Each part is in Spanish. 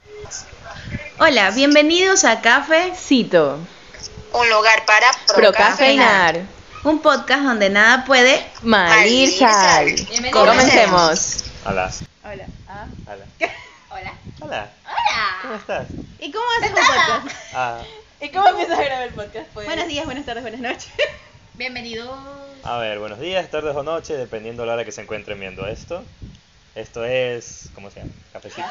Podcast. Hola, bienvenidos a Cafecito, Un lugar para Procafeinar, un podcast donde nada puede malir sal. Bienvenidos. Comencemos. Hola. Hola. Ah, Hola. hola. Hola. ¿Cómo estás? ¿Y cómo haces un podcast? Ah, ¿Y cómo empiezas a grabar el podcast? Pues? Buenos Buenos días, buenas tardes, buenas noches. Bienvenidos. a ver, buenos días, tardes o noches, dependiendo la hora que se encuentren viendo esto. Esto es. ¿Cómo se llama? Cafecito.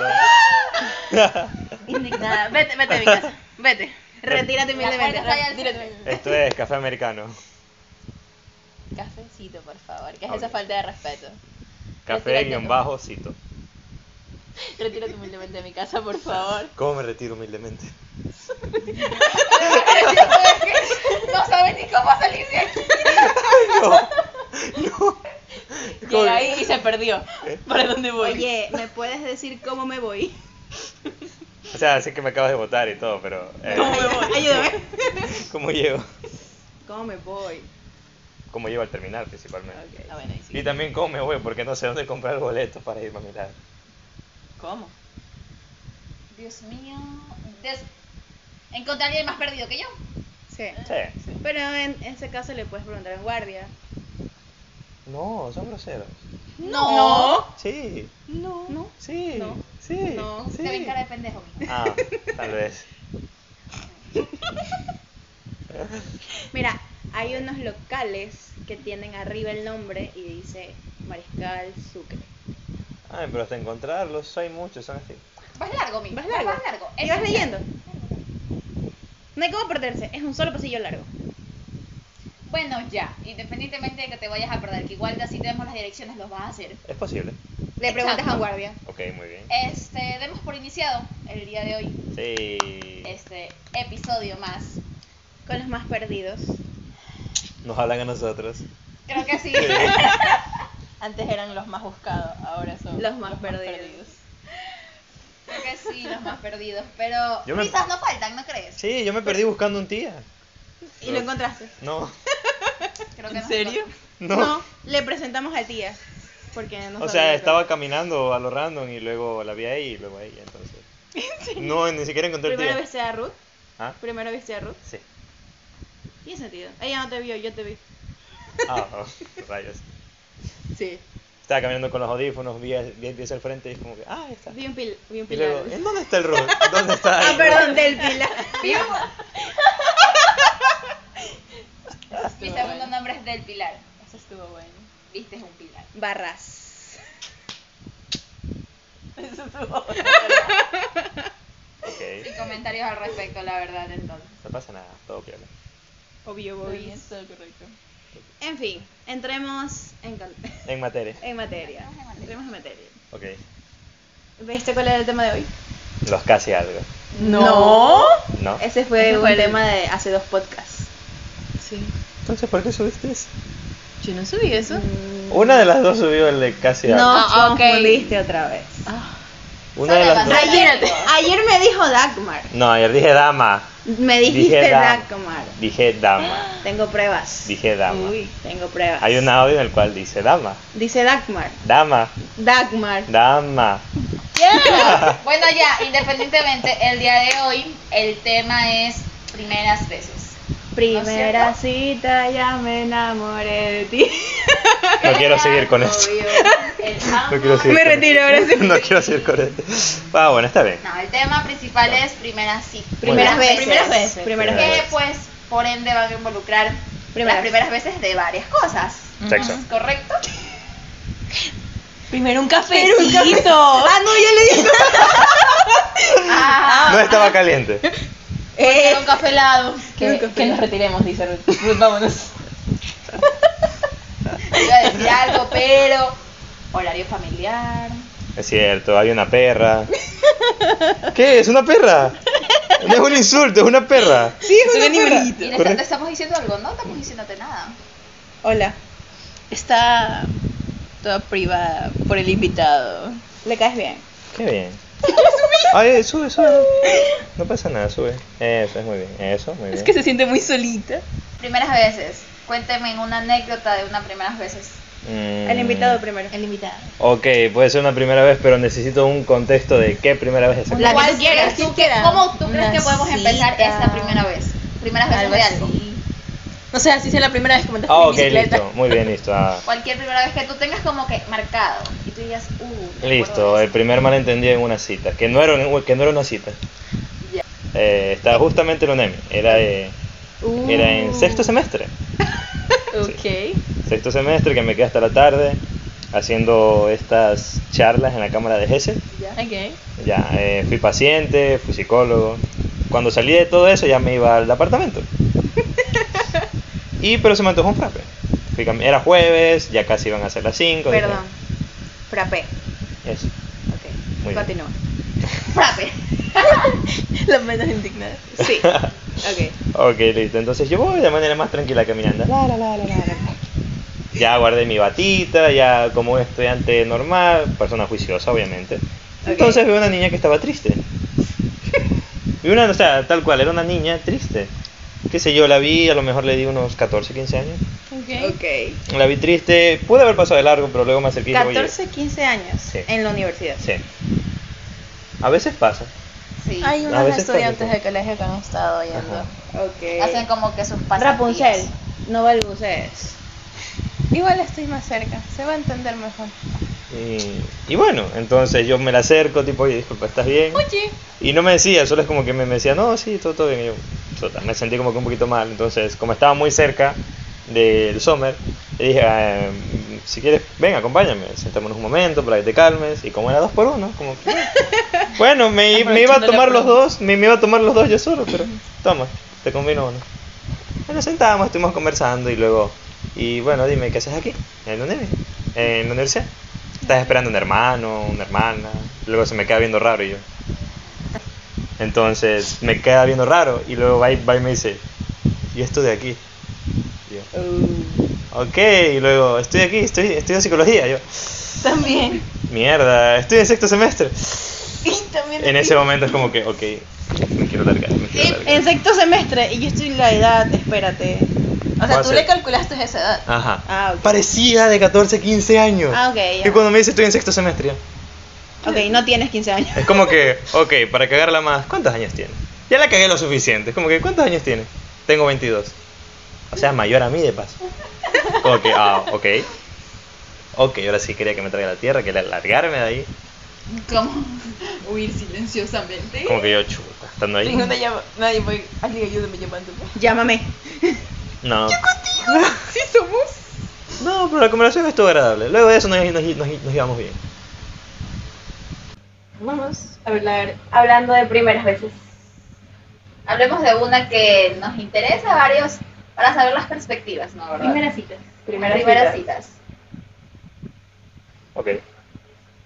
Indignada. Vete, vete de mi casa. Vete. Retírate humildemente. puerta está allá al Retírate frente. humildemente. Esto es café americano. Cafecito, por favor, que es Ok. esa falta de respeto. Café guión bajo cito. Retírate humildemente de mi casa, por favor. ¿Cómo me retiro humildemente? No saben ni cómo salir de aquí. Llega ahí y se perdió. ¿Para dónde voy? Oye, ¿me puedes decir cómo me voy? O sea, sé que me acabas de votar y todo, pero. eh, ¿Cómo me voy? Ayúdame. ¿Cómo llego? ¿Cómo me voy? ¿Cómo llego al terminar principalmente? Ah, bueno, ahí sí. Y también cómo me voy, porque no sé dónde comprar boletos para irme a mirar. ¿Cómo? Dios mío. Des... Encontré a alguien más perdido que yo. Sí. Sí. Pero en ese caso le puedes preguntar en guardia. No, son groseros. No. Sí. No. No. Sí. No. Sí. No, sí. Te ven cara de pendejo. mijo. Ah, tal vez. Mira, hay unos locales que tienen arriba el nombre y dice Mariscal Sucre. Ay, Ah, pero hasta encontrarlos hay muchos, son así. Vas largo, mijo. ¿Vas largo? Vas largo. ¿Y Es vas un- leyendo? No hay cómo perderse, es un solo pasillo largo. Bueno, ya. Independientemente de que te vayas a perder, que igual de así tenemos las direcciones, los vas a hacer. Es posible. Le preguntas a Exacto. un guardia. Ok, muy bien. Este, demos por iniciado el día de hoy. Sí. Este episodio más. Con los más perdidos. Nos hablan a nosotros. Creo que sí. Antes eran los más buscados, ahora son Los más perdidos. Creo que sí, los más perdidos. Pero Yo me- quizás no faltan, ¿no crees? Sí, yo me perdí Pues- buscando un tía. ¿Y lo encontraste? No. Creo que ¿En nos- serio? No. le presentamos a tía. Porque no O sabía sea, que- estaba caminando a lo random y luego la vi ahí y luego ahí, entonces. No, ni siquiera encontré el Primero tía. viste a Ruth. ¿Ah? Primero viste a Ruth. Sí. Tiene sentido. Ella no te vio, yo te vi. Ah, rayos. Sí. Estaba caminando con los audífonos, vi 10 pies al frente y es como que, ah, ahí está. Vi un, pil- vi un Y pilar. luego, ¿eh? ¿en dónde está el rol? ¿Dónde está? ah, el- perdón, del pilar. Vi un- Mi Estuvo segundo bueno. nombre es Del Pilar. Eso estuvo bueno. Viste, es un pilar. Barras. Eso estuvo bueno. Sin Ok, comentarios al respecto, la verdad, entonces. no pasa nada, todo piola. Obvio, Todo obvio. bien, todo correcto. En fin, entremos en, con- En materia. en materia. Entremos en materia. Ok. ¿Viste cuál era el tema de hoy? Los casi algo. No. ¿No? Ese fue Ese un fue el- tema de hace dos podcasts. Sí. Entonces, ¿por qué subiste eso? Yo no subí eso. Una de las dos subió el de casi algo. No, Ah, ok. confundiste otra vez. Una de las Solo dos. las- Ayer, ayer me dijo Dagmar. No, ayer dije dama. Me dijiste Dije dama. Dagmar. Dije dama. Tengo pruebas. Dije dama. Tengo pruebas. Hay un audio en el cual dice dama. Dice Dagmar. Dama. Dagmar. Dama. Bueno, ya, independientemente, el día de hoy el tema es primeras veces. Primera ¿No es cita, ya me enamoré de ti. No quiero seguir con esto. El No quiero seguir Me con retiro, esto. gracias. No quiero seguir con esto. Ah, bueno, está bien. No, el tema principal es primeras citas. Primeras bien. veces. Primeras veces. Primeras Primeras Que veces. pues, por ende, van a involucrar las Primeras. primeras veces de varias cosas. Sexo. ¿Correcto? Primero un cafecito. Ah, no, ya le dije. Ah, No estaba caliente. Eh, con café helado. Primero un que, café. que nos retiremos, dice Ruth. Ruth, vámonos. Iba a decir algo, pero horario familiar. Es cierto, hay una perra. ¿Qué? ¿Es una perra? No es un insulto, es una perra. sí, es una perra. Y animalito. les- Correcto. te estamos diciendo algo, no estamos diciéndote nada. Hola. Está toda privada por el invitado. Le caes bien. Qué bien. Ay, eh, sube, sube. No pasa nada, sube. Eso, es muy bien. Eso, muy bien. Es que se siente muy solita. Primeras veces. Cuéntenme una anécdota de una primeras veces. Mm. El invitado primero. El invitado. Ok, puede ser una primera vez, pero necesito un contexto de qué primera vez es La- exactamente. ¿Cuál que quieres tú tú? quieras. ¿Cómo tú crees Una que podemos empezar cita. esta primera vez? Primera vez de algo. así. No sé, así sea la primera vez que montaste Ah, en ok, bicicleta. listo. Muy bien, listo. ah. Cualquier primera vez que tú tengas como que marcado y tú digas, uh. me acuerdo Listo, de el eso. primer malentendido en una cita, que no era, un- que no era una cita. Eh, estaba justamente en un EMI, era, de- Uh, era en sexto semestre. Ok. Sexto semestre que me quedé hasta la tarde haciendo estas charlas en la cámara de Hesse. Ok. Ya, eh, fui paciente, fui psicólogo. Cuando salí de todo eso ya me iba al apartamento. Y pero se me antojó un frappe. Fui cami- Era jueves, ya casi iban a ser las 5. Perdón. Frappé. Eso. Ok. Muy bien. Continúa. Frappe. La menos indignada. Sí. Ok. Ok, listo. Entonces yo voy de manera más tranquila caminando. La, la, la, la, la, la. Ya guardé mi batita, ya como un estudiante normal, persona juiciosa, obviamente. Entonces veo una niña que estaba triste. Vi una, o sea, tal cual, era una niña triste. Qué sé yo, la vi, a lo mejor le di unos 14, 15 años. Ok. Ok. La vi triste, pude haber pasado de largo, pero luego me acerqué y dije, oye, 14, 15 años Sí. en la universidad. Sí. A veces pasa. Sí. Hay A unos veces estudiantes pasa. de colegio que han estado yendo. Ajá. Ok. Hacen como que sus pasantías. Rapunzel, no balbucees. Igual estoy más cerca, se va a entender mejor. Y, y bueno, entonces yo me la acerco, tipo, oye, disculpa, ¿estás bien? Oye. Y no me decía, solo es como que me, me decía, no, sí, todo, todo bien. Y yo, sota, me sentí como que un poquito mal. Entonces, como estaba muy cerca del Sommer, le dije, "Ah, em, si quieres, ven, acompáñame, sentémonos un momento para que te calmes. Y como era dos por uno, como que, Bueno, me, me iba a Aprovechando la tomar los promo. dos, me, me iba a tomar los dos yo solo, pero toma, te convino uno. Y nos sentábamos, estuvimos conversando y luego, y bueno, dime, ¿qué haces aquí? ¿En la uni- en la universidad? Estás esperando un hermano, una hermana. Luego se me queda viendo raro y yo. Entonces me queda viendo raro y luego va y, va y me dice, ¿y esto de aquí? Y yo, Uh. ok, y luego, estoy aquí, estoy estudio psicología. Y yo, También. mierda, estoy en sexto semestre. Y también. En ese momento es como que, ok, me quiero largar, me quiero En largar. sexto semestre, y yo estoy en la edad, espérate. O sea, Va a tú ser. le calculaste esa edad. Ajá. Ah, ok. Parecía de 14, 15 años. Ah, ok, ya. Y cuando me dice estoy en sexto semestre, Ok, no tienes 15 años. es como que, ok, para cagarla más, ¿cuántos años tienes? Ya la cagué lo suficiente. Es como que, ¿cuántos años tienes? Tengo 22. O sea, mayor a mí de paso. Como que, ah, ok. Ok, ahora sí quería que me traiga a la tierra, quería largarme de ahí. Como huir silenciosamente. Como que yo, chuta, estando ahí. Tengo una llama. Nadie voy. Alguien ayúdame llamando. Llámame. No. Sí, somos. No, pero la conversación estuvo agradable. Luego de eso nos, nos, nos- nos íbamos bien. Vamos a hablar hablando de primeras veces. Hablemos de una que nos interesa a varios para saber las perspectivas, ¿no? ¿Verdad? Primeras citas. Primeras Primeras citas. citas. Ok.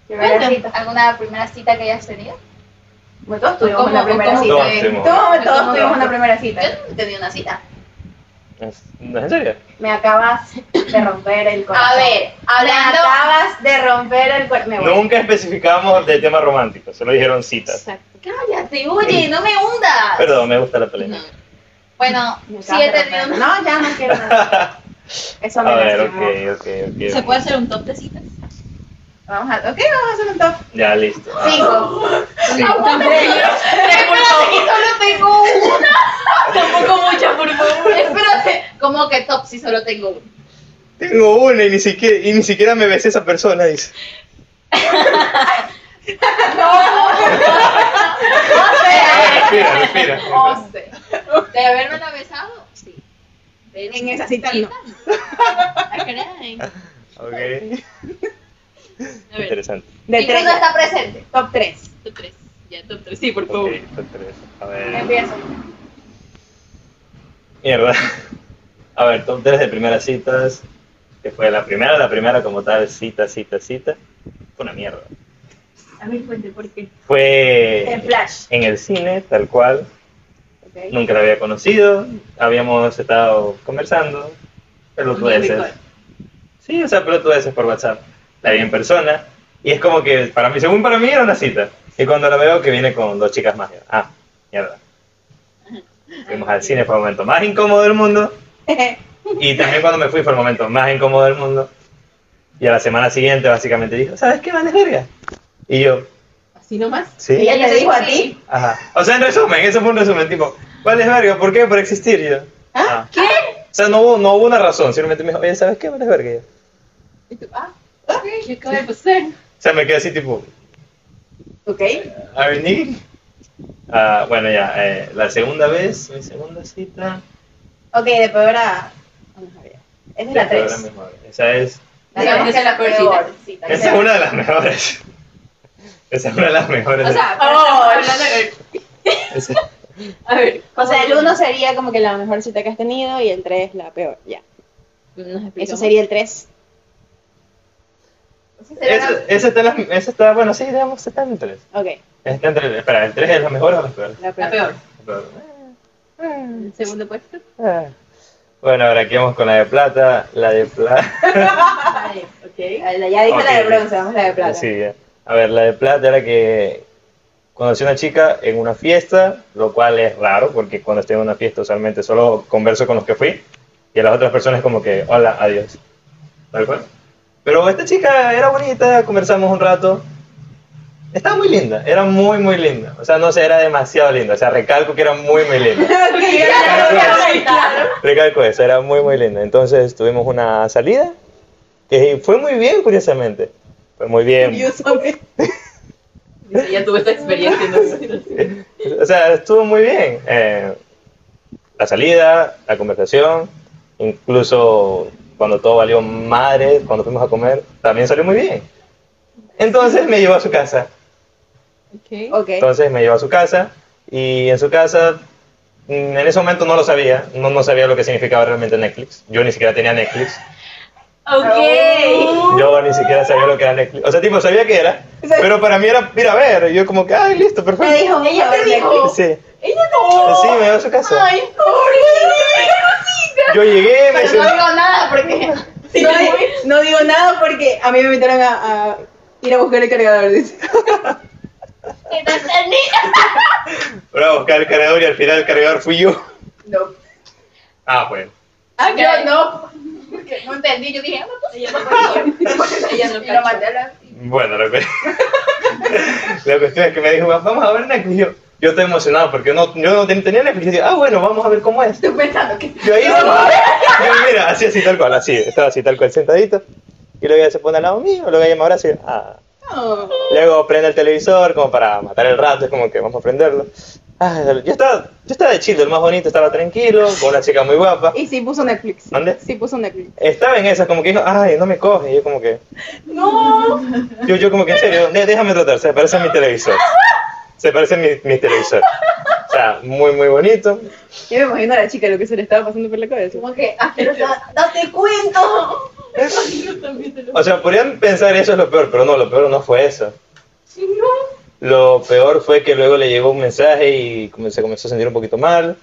Primeras Cuéntame, citas. ¿Alguna primera cita que hayas tenido? Bueno, todos tuvimos ¿Cómo- una primera cómo cita. Todos fue? tuvimos. Todos, ¿Cómo- todos tuvimos una primera cita. Yo no tenía una cita. ¿Es no, en serio? Me acabas de romper el corazón. A ver, hablando. Me acabas de romper el corazón. Me voy. Nunca especificamos de tema romántico, solo dijeron citas. Exacto. Cállate, oye, no me hundas. Perdón, me gusta la pelea. Bueno, Me acabas sí he de romper. tenido una. No, ya no quiero nada. Eso me A ver, lastimó. ok, ok, ok. ¿Se puede hacer un top de citas? Vamos a, ok, vamos a hacer un top Ya, listo. Ah, 5. sí. Espérate, que solo tengo una. Tampoco mucho, por favor. Espérate, como que top si solo tengo una. Tengo una y ni siquiera, y ni siquiera me besé esa persona, dice. O sea, Respira, respira. o sea, de haberme la besado, sí. De En esa cita no. Ah, caray. Ok. A ver, Interesante. De Incluso tres. está presente. Top 3. top 3. Ya, top 3. Sí, por Ok, favor. son tres. A ver. Empiezo. Mierda. A ver, top 3 de primeras citas. Que fue la primera, la primera como tal, cita, cita, cita. Fue una mierda. A ver, cuente por qué. Fue. El flash. en el cine, tal cual. Ok. Nunca la había conocido. Habíamos estado conversando. Pelotudeces. Bien, Sí, o sea, pelotudeces por WhatsApp. La vi en persona. Y es como que, para mí, según para mí, era una cita. Y cuando la veo, que viene con dos chicas más. yo, Ah, mierda. Fuimos al cine, fue el momento más incómodo del mundo. Y también cuando me fui, fue el momento más incómodo del mundo. Y a la semana siguiente básicamente dijo, ¿sabes qué, vale verga? Y yo, Así nomás. Sí. Ella te Sí, dijo a sí. ti. ajá. O sea, en resumen, eso fue un resumen, tipo, vales verga, ¿por qué? Por existir Y yo. ¿Ah? ¿Qué? O sea, no hubo, no hubo una razón, simplemente me dijo, oye, ¿sabes qué? Vales verga. Y yo, o Y tú, ah, ok, ¿qué acaba de pasar? sea, me quedé así tipo, Ok. ¿a venir? Ah, bueno, ya, eh, la segunda vez, mi segunda cita. Ok, de peor a. Vamos a ver. Esa es Esa la es la 3. mejor. Esa es, Digamos que es la peor cita. esa es una de las mejores. Esa es una de las mejores. O sea, Oh, pero estamos hablando Esa- de- a ver. O sea, el 1 sería como que la mejor cita que has tenido y el 3 la peor, ya. Eso sería el 3. esa, esa está, en las- esa está, bueno, sí, digamos, está en tres. Ok, Está entre, espera, ¿el 3 es la mejor o la peor? la Ah, peor. La peor. Peor. el segundo puesto. Ah. Bueno, ahora aquí vamos con la de plata, la de plata. Vale, ok. Ya dije la de Ok. bronce, vamos a la de plata. Sí, ya. a ver, la de plata era que conocí a una chica en una fiesta, lo cual es raro porque cuando estoy en una fiesta usualmente solo converso con los que fui y a las otras personas como que, hola, adiós. Tal cual. Pero esta chica era bonita, conversamos un rato. Estaba muy linda, era muy, muy linda. O sea, no sé, era demasiado linda. O sea, recalco que era muy, muy linda. Ok, ya, ya, ya, ya. Recalco eso, era muy muy linda. Entonces tuvimos una salida que fue muy bien, curiosamente. Fue muy bien. Dice, Ya tuve esta experiencia. ¿no? O sea, estuvo muy bien. Eh, la salida, la conversación, incluso cuando todo valió madre, cuando fuimos a comer, también salió muy bien. Entonces me llevó a su casa. Ok. Entonces me llevó a su casa y en su casa, mm, en ese momento no lo sabía, no, no sabía lo que significaba realmente Netflix. Yo ni siquiera tenía Netflix. Ok. Yo ni siquiera sabía lo que era Netflix. O sea, tipo, sabía que era. Pero para mí era, mira, a ver. Y yo como que, ay, listo, perfecto. Me dijo, ella te dijo. Sí. Ella no. Sí, me llevó a su casa. Ay, pobrecita. Yo llegué, me Pero no senté. digo nada porque. No, di- no digo nada porque a mí me metieron a, a ir a buscar el cargador. dice. que no está ni- Para buscar el cargador y al final el cargador fui yo. No. Ah, bueno. Ah, yo no. Porque No entendí, yo dije, "Ah, pues, Ella no cachó. Ella no Y lo cachó. mandé a la. Bueno, la, cu- la cuestión es que me dijo, vamos a ver Netflix. Y Yo, yo estoy emocionado porque no, yo no ten- tenía Netflix. Y yo, ah, bueno, vamos a ver cómo es. Estoy pensando que. Yo ahí, yo mira, así, así, tal cual, así, estaba así, tal cual, sentadito. Y luego ella se pone al lado mío, luego ella me abraza y yo, ah. Oh. Luego prende el televisor como para matar el rato, es como que vamos a prenderlo. Ah, yo, estaba, yo estaba de chill, el más bonito, estaba tranquilo, con una chica muy guapa. Y sí puso Netflix. ¿Dónde? Sí puso Netflix. Estaba en esas, como que dijo, ay, no me coge. Y yo como que, No. yo, yo como que, en serio, de- déjame tratar, se parece a mi televisor. Se parece a mi, mi televisor. O sea, muy, muy bonito. Yo me imagino a la chica lo que se le estaba pasando por la cabeza. Como que. Ah, pero da- date cuento. O sea, podrían pensar eso es lo peor, pero no, lo peor no fue eso. Lo peor fue que luego le llegó un mensaje y comen- se comenzó a sentir un poquito mal.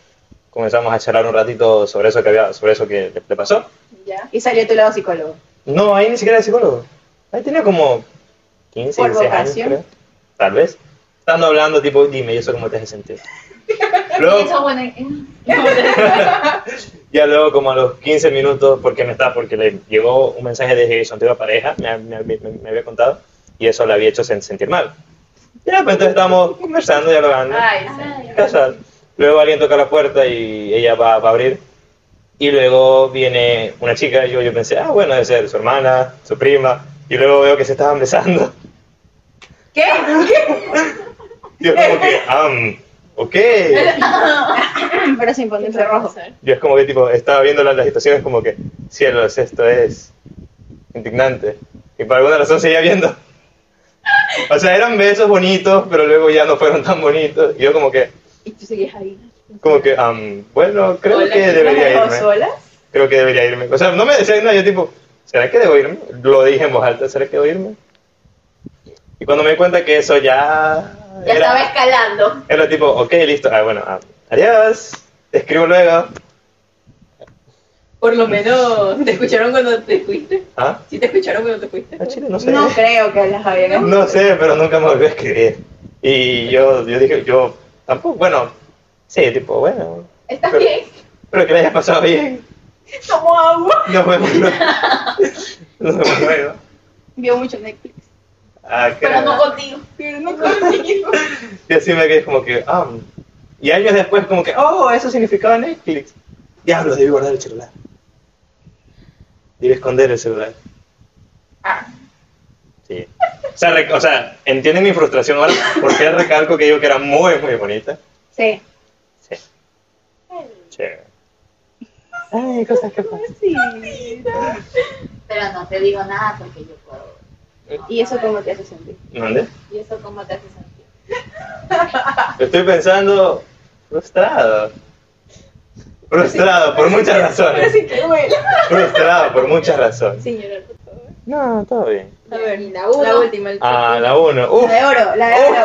Comenzamos a charlar un ratito sobre eso que había, sobre eso que le, le pasó. Ya. Y salió a tu lado psicólogo. No, ahí ni siquiera era psicólogo. Ahí tenía como 15, Por 16 años, vocación. creo. Tal vez. Estando hablando, tipo, dime, ¿y eso cómo te hace sentir? Y eso, Luego, bueno, en- ya luego, como a los 15 minutos, porque me está, porque le llegó un mensaje de su antigua pareja, me, me- me- me había contado, y eso le había hecho sen- sentir mal. Ya, pues entonces estábamos conversando, dialogando. Ay, ay, casa. Luego alguien toca la puerta y ella va, va a abrir. Y luego viene una chica, yo, yo pensé, ah, bueno, debe ser su hermana, su prima. Y luego veo que se estaban besando. ¿Qué? Yo como que, am, ok. Pero sin ponerse rojo. Yo es como que, tipo, estaba viendo la, la situación, es como que, cielos, esto es indignante. Y por alguna razón seguía viendo. O sea, eran besos bonitos, pero luego ya no fueron tan bonitos. Y yo como que, Y tú seguías ahí. como que, am, bueno, creo Hola, que debería ¿Nos irme. dejó solas? creo que debería irme. O sea, no me decían nada, yo tipo, ¿será que debo irme? Lo dije en voz alta, ¿será que debo irme? Y cuando me di cuenta que eso ya... Ya era, estaba escalando. era tipo, ok, listo, ah, bueno, ah, adiós, te escribo luego. Por lo menos, ¿te escucharon cuando te fuiste? ¿Ah? ¿Sí te escucharon cuando te fuiste? ah, chile, no sé. No creo que las había ganado. No sé, pero nunca me volvió a escribir. Y yo, yo dije, yo tampoco, bueno, sí, tipo, bueno, ¿Estás Pero- bien? pero que le haya pasado bien. Tomo agua. Nos vemos luego. Nos vemos luego. Vio mucho Netflix. Ah, Pero creo. no contigo. Pero no consigo. Y así me quedé como que, ah. Y años después, como que, oh, eso significaba Netflix. Diablos, debí guardar el celular. Debí esconder el celular. Ah. Sí. O sea, rec- o sea, entienden mi frustración ahora porque recalco que digo que era muy, muy bonita. Sí. Sí. Chévere. Ay, cosas que pasan. Pero no te digo nada porque yo puedo. ¿Y eso cómo te hace sentir? ¿Dónde? ¿Y eso cómo te hace sentir? Estoy pensando frustrado. Frustrado por muchas razones. que duele. Frustrado por muchas razones. Sin llorar, por favor. No, todo bien. A ver, la, uno. última. el- Ah, la 1. La de oro, la de Uf. oro.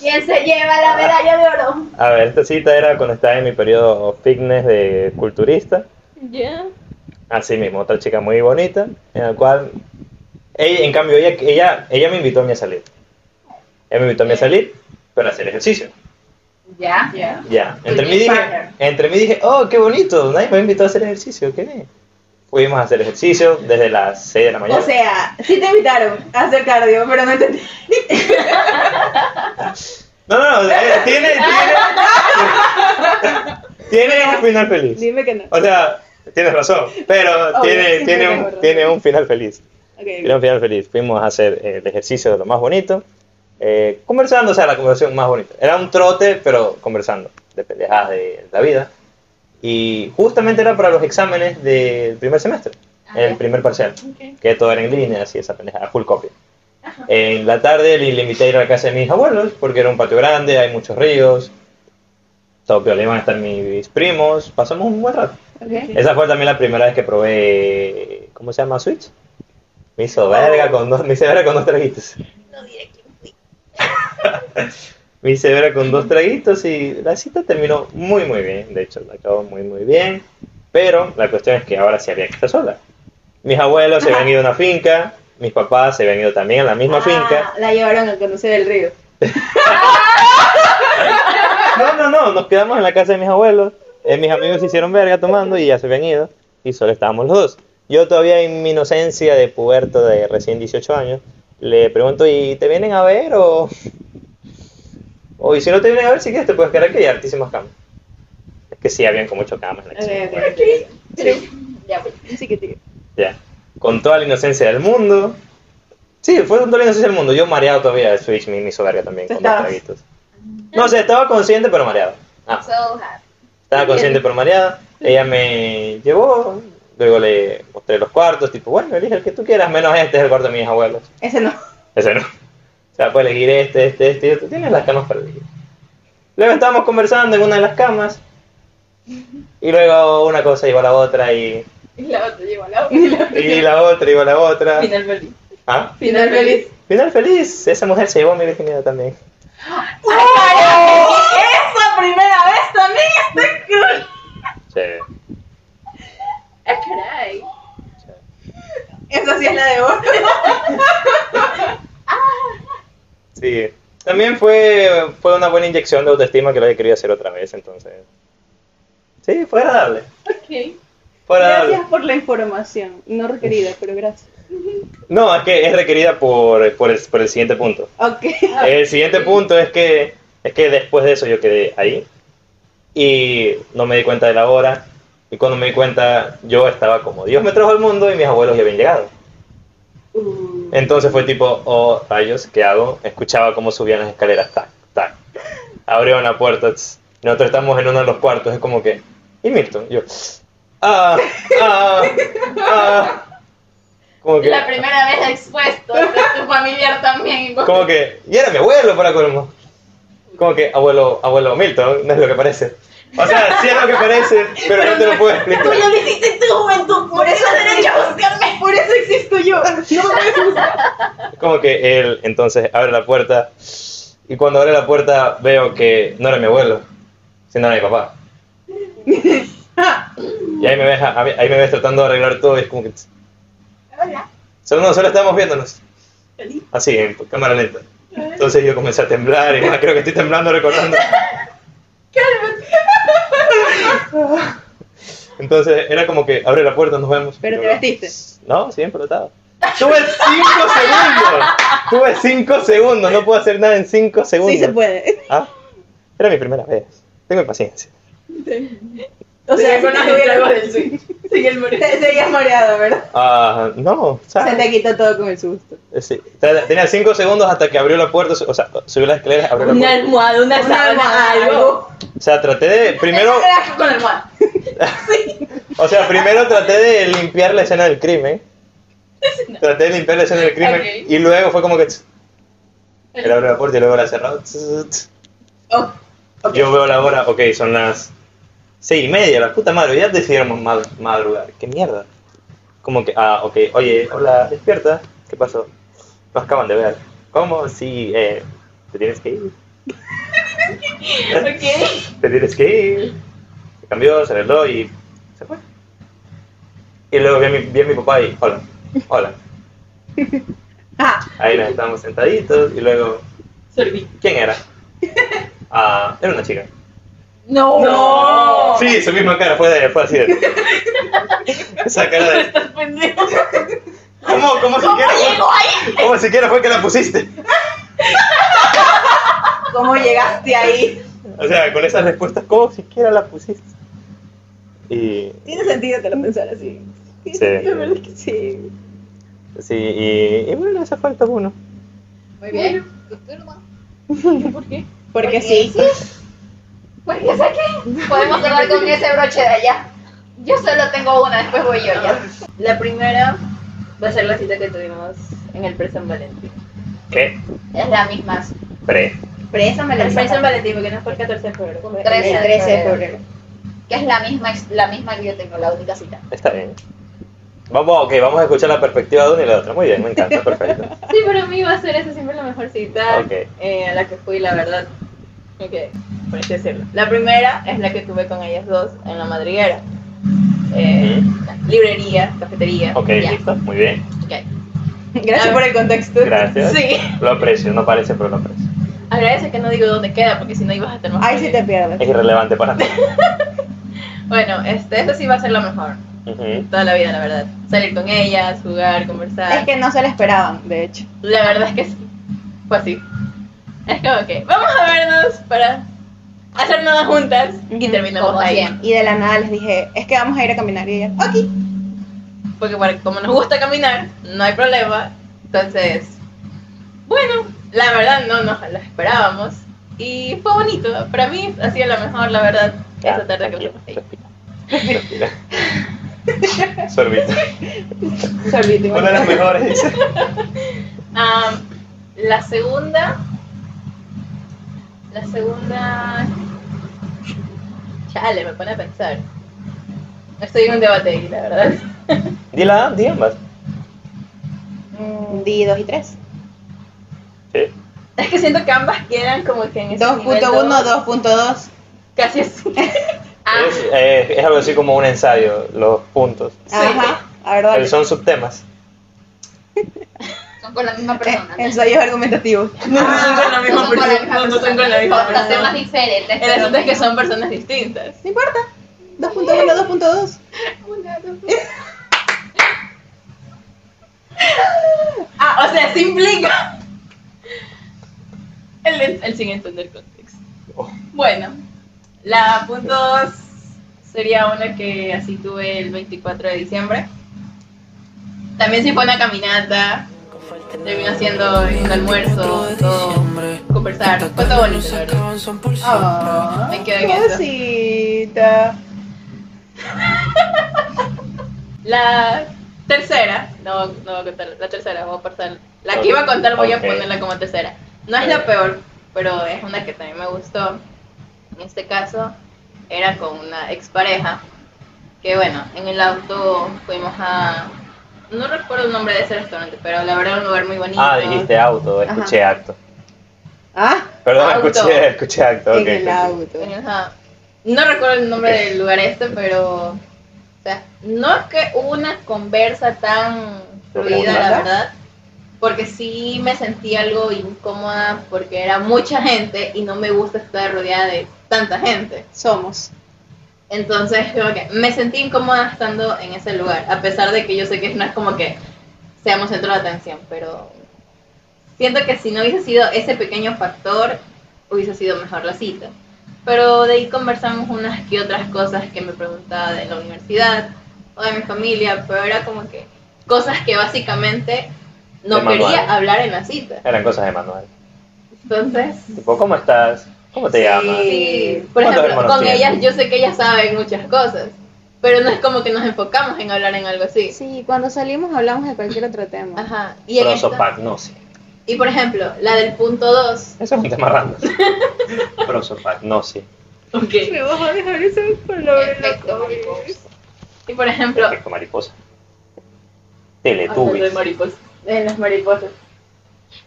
¿Quién se lleva Ah. la medalla de oro? A ver, esta cita era cuando estaba en mi periodo fitness de culturista. Ya. Así mismo, otra chica muy bonita, en la cual, ella, en cambio, ella, ella, ella me invitó a mí a salir. Ella me invitó a mí a salir para hacer ejercicio. Ya, Ah, ya. Ya, Tu entre mí, gym dije, partner. entre mí dije, oh, qué bonito, nadie me invitó a hacer ejercicio, qué bien. Fuimos a hacer ejercicio desde las 6 de la mañana. O sea, sí te invitaron a hacer cardio, pero no entendí. no, no, no, eh, tiene, tiene, tiene un final feliz. Dime que no. O sea, tienes razón, pero Obvio, tiene, sí, tiene, me un, acuerdo. tiene un final feliz. Okay. Tiene un final feliz. Fuimos a hacer eh, el ejercicio de lo más bonito, eh, conversando, o sea, la conversación más bonita. Era un trote, pero conversando, de pendejadas de la vida. Y justamente era para los exámenes del primer semestre, el primer parcial, que todo era en línea, así esa pendejada, full copy. En la tarde le, le invité a ir a la casa de mis abuelos, porque era un patio grande, hay muchos ríos. Todo piola, iban a estar mis primos, pasamos un buen rato. ok. Esa fue también la primera vez que probé. ¿Cómo se llama? Switch. Me hizo verga con dos, me hice verga con dos traguitos. Oh. No diré quién fui. Me hice verga con dos traguitos y la cita terminó muy muy bien. De hecho, la acabó muy muy bien. Pero la cuestión es que ahora sí había que estar sola. Mis abuelos se habían ido a una finca, mis papás se habían ido también a la misma finca. Ah, La llevaron a conocer el río. No, no, no, nos quedamos en la casa de mis abuelos. eh, mis amigos se hicieron verga tomando y ya se habían ido. Y solo estábamos los dos. Yo todavía en mi inocencia de puberto de recién 18 años, le pregunto, ¿y te vienen a ver o...? O y si no te vienen a ver, si quieres te puedes quedar aquí hay hartísimas camas. Es que sí, habían como ocho camas en la casa. Ya, pues. Sí que te... Ya. Con toda la inocencia del mundo. Sí, fue con toda la inocencia del mundo. Yo mareado todavía de Switch, me me hizo verga también ¿Tú con los estabas? traguitos. No sé, estaba consciente pero mareado. Ah. So happy. Estaba consciente pero mareada. Ella me llevó, luego le mostré los cuartos, tipo, bueno, elige el que tú quieras, menos este es el cuarto de mis abuelos. Ese no. Ese no. O sea, puedes elegir este, este, este y otro. Tienes las camas para elegir. Luego estábamos conversando en una de las camas. Y luego una cosa llevó a la otra y, Y la otra lleva la otra. y la otra llevó a la otra. Final feliz. ¿Ah? Final feliz. Final feliz. Esa mujer se llevó mi virginidad también. ¡Esa primera vez también está cool! Sí. ¡Ah, caray! Esa sí es la de oro. Sí. También fue, fue una buena inyección de autoestima que lo he querido hacer otra vez, entonces. Sí, fue agradable. Ok. Fue agradable. Gracias por la información. No requerida, pero gracias. No, es que es requerida por, por, el, por el siguiente punto. Ok. Ah. El siguiente punto es que, es que después de eso yo quedé ahí y no me di cuenta de la hora. Y cuando me di cuenta, yo estaba como Dios me trajo al mundo y mis abuelos ya habían llegado. Entonces fue tipo, oh rayos, ¿qué hago? Escuchaba cómo subían las escaleras, tac, tac. Abrieron la puerta, tss. nosotros estamos en uno de los cuartos, es como que, ¿y Milton? Yo, ah, ah, ah. Como que, La primera vez expuesto, entonces tu familiar también. como que, y era mi abuelo para colmo. Como que, abuelo, abuelo Milton, no es lo que parece. O sea, sí es lo que parece, pero no te lo puedo explicar. Tú ya lo hiciste en tu juventud, por eso has derecho a buscarme. Por eso existo yo. No Como que él entonces abre la puerta y cuando abre la puerta veo que no era mi abuelo, sino era mi papá. Y ahí me ves, a- a mí- ahí me ves tratando de arreglar todo y es como que... Hola. Solo, no, solo estábamos viéndonos. Así, en cámara lenta. Entonces yo comencé a temblar y más creo que estoy temblando recordando. Entonces era como que abre la puerta, nos vemos. Pero Y te yo, vestiste. No, sí, emprotado. Tuve 5 segundos. Tuve 5 segundos. No puedo hacer nada en 5 segundos. Sí se puede. Ah, era mi primera vez. Tengo paciencia. O sea, si con las te hubiera- hubiera del swing. Seguí el morir. Te- Seguías mareado, ¿verdad? Ah, no, Se te ¿sabes? quitó todo con el susto. Sí. Tenía 5 segundos hasta que abrió la puerta. O sea, subió las escaleras, abrió la Una puerta. almohada, una, Una sábana, almohada, algo. algo. O sea, traté de. Primero. Era Con el almohada. O sea, primero traté de limpiar la escena del crimen. Traté de limpiar la escena del crimen. Ok. Y luego fue como que. tss, Él abrió la puerta y luego la cerró. tss, tss. Oh, ok. Yo veo la hora, ok, son las seis y media, la puta madre, ya decidimos mad- madrugar, qué mierda. Como que, ah, ok, oye, hola, despierta, ¿qué pasó? Nos acaban de ver. ¿Cómo? Sí, eh, te tienes que ir, Ok. te tienes que ir. Se cambió, se arregló y se fue. Y luego vi a mi, vi a mi papá y, hola, hola. Ah, Ahí nos estábamos sentaditos y luego, Serví. ¿quién era? Ah, era una chica. No. No. Sí, su misma cara, fue, de- fue así de... Esa cara de... Estás pendejo. ¿Cómo? ¿Cómo siquiera? fue, ¿Cómo siquiera fue que la pusiste? ¿Cómo llegaste ahí? O sea, con esas respuestas, ¿cómo siquiera la pusiste? Y. Tiene sentido que lo pensara así. Sí. La verdad es que sí. Sí, y, y bueno, esa falta uno. Muy bien. Tu turno. Porque sí. Pues ya sé que podemos cerrar con ese broche de allá. Yo solo tengo una, después voy yo ya. La primera va a ser la cita que tuvimos en el pre-San Valentín. ¿Qué? Es la misma. Pre. Presa me la El pre-San Valentín, porque no fue el 14 de febrero. fue el Trece. El 13 de febrero. Que es la misma, la misma que yo tengo, la única cita. Está bien. Vamos, ok, vamos a escuchar la perspectiva de uno y la otra. Muy bien, me encanta, perfecto. Sí, para mí va a ser esa siempre la mejor cita Ok. eh, a la que fui, la verdad. Ok, por así decirlo. La primera es la que tuve con ellas dos en la madriguera. Eh, Librería, cafetería. Ok, ya, listo, muy bien. ok. Gracias por el contexto. Gracias. Sí, Lo aprecio, no parece, pero lo aprecio. agradece que no digo dónde queda porque si no ibas a estar más. Ahí sí te perdido. Es pierdes. irrelevante para mí. Bueno, este, esta sí va a ser la mejor. Ujú. Toda la vida, la verdad. Salir con ellas, jugar, conversar. Es que no se la esperaban, de hecho. La verdad es que sí. Fue así. Es como que vamos a vernos para hacer nada juntas y Ujú, terminamos como ahí. siempre. Y de la nada les dije, es que vamos a ir a caminar. Y ella, ok. Porque bueno, como nos gusta caminar, no hay problema. Entonces, bueno, la verdad no nos lo esperábamos. Y fue bonito. Para mí ha sido la mejor, la verdad, Ya, esa tarde que tranquila, pasamos respira. ahí. Respira. Sorbito. Sorbito. Una de las mejores, dice. Am, la segunda. La segunda. Chale, me pone a pensar. Estoy en un debate ahí, la verdad. Dila, di ambas. Mm, Di 2 y 3. Sí. Es que siento que ambas quedan como que en ese nivel 2.1, dos, 2.2. Casi así. Ah, Es, eh, es algo así como un ensayo, los puntos. Sí. Ajá. A ver, dale. Pero son subtemas. Son con la misma persona. Eh, Ensayos argumentativos. no son con la misma persona. No, no son con la misma Con temas persona. diferentes. El asunto es que son personas distintas. No importa. 2.1, 2.2. Ah, o sea, se implica. El, el sin entender contexto. Oh. Bueno, la punto 2 sería una que así tuve el 24 de diciembre. También sí fue una caminata. Terminó haciendo un almuerzo, todo, conversar. Fue todo bonito, la verdad. Oh. Ah, Me quedo en eso. Cosita. La tercera, no, no voy a contar, la tercera, voy a pasar. La que iba a contar voy a Ok. ponerla como tercera. No es la peor, pero es una que también me gustó. En este caso, era con una expareja. Que bueno, en el auto fuimos a. No recuerdo el nombre de ese restaurante, pero la verdad era un lugar muy bonito. Ah, dijiste auto, escuché acto. Ah, Perdón, Auto. escuché, escuché acto. ok, en el perfecto. auto. Ajá. No recuerdo el nombre del lugar este, pero. O sea, no es que hubo una conversa tan fluida, la ¿Nada? verdad. Porque sí me sentí algo incómoda porque era mucha gente y no me gusta estar rodeada de tanta gente. Somos. Entonces, como que me sentí incómoda estando en ese lugar, a pesar de que yo sé que no es como que seamos centro de atención, pero siento que si no hubiese sido ese pequeño factor, hubiese sido mejor la cita. Pero de ahí conversamos unas que otras cosas que me preguntaba de la universidad o de mi familia, pero era como que cosas que básicamente no De quería manual. hablar en la cita. Eran cosas de manual. Entonces, Tipo, ¿cómo estás? ¿Cómo te llamas? sí, por ¿Cuántos ejemplo, hermanos con tienes? ellas yo sé que ellas saben muchas cosas, pero no es como que nos enfocamos en hablar en algo así. Sí, cuando salimos hablamos de cualquier otro tema. Ajá. Y, en esta- Prosopagnosia. y por ejemplo, la del punto 2. Eso es un tema random. Prosopagnosia. Ok. Me vas a dejar esa palabra en la Efecto mariposa. Y por ejemplo, Efecto mariposa. hablando de Teletubbies. mariposas. De las mariposas.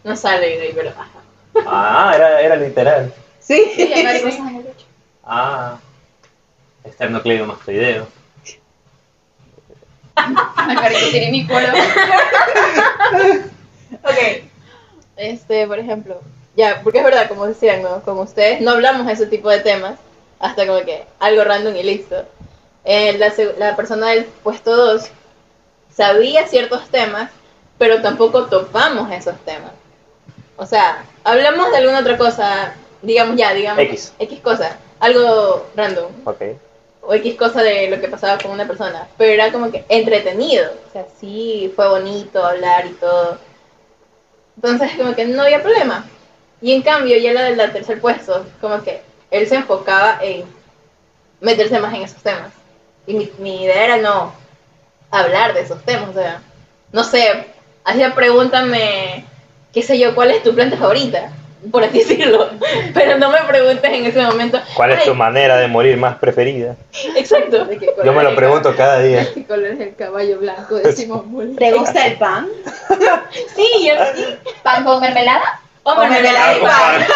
No sale de ahí, pero. ajá. Ah, era, era literal. Sí. Sí, hay mariposas en el ocho. Ah. Esternocleidomastoideo. Ok. Este, por ejemplo. Ya, porque es verdad, como decían, ¿no? Con ustedes no hablamos ese tipo de temas. Hasta como que algo random y listo. Eh, la, seg- la persona del puesto 2 sabía ciertos temas, pero tampoco topamos esos temas. O sea, hablamos de alguna otra cosa, digamos ya, digamos. X. X cosa. Algo random. Ok. o X cosa de lo que pasaba con una persona, pero era como que entretenido, o sea, sí, fue bonito hablar y todo. Entonces, como que no había problema. Y en cambio, ya la del tercer puesto, como que él se enfocaba en meterse más en esos temas. Y mi, mi idea era no hablar de esos temas, o sea, no sé, hacía pregúntame, qué sé yo, cuál es tu planta favorita, por así decirlo, pero no me preguntes en ese momento. ¿Cuál es "Ay, tu manera de morir más preferida? Exacto. Yo me lo pregunto cada día. ¿Qué color es el caballo blanco de Simón Bolívar? ¿Te gusta el pan? Sí, yo sí. ¿Pan con mermelada? O me Ah, revelaré compadre.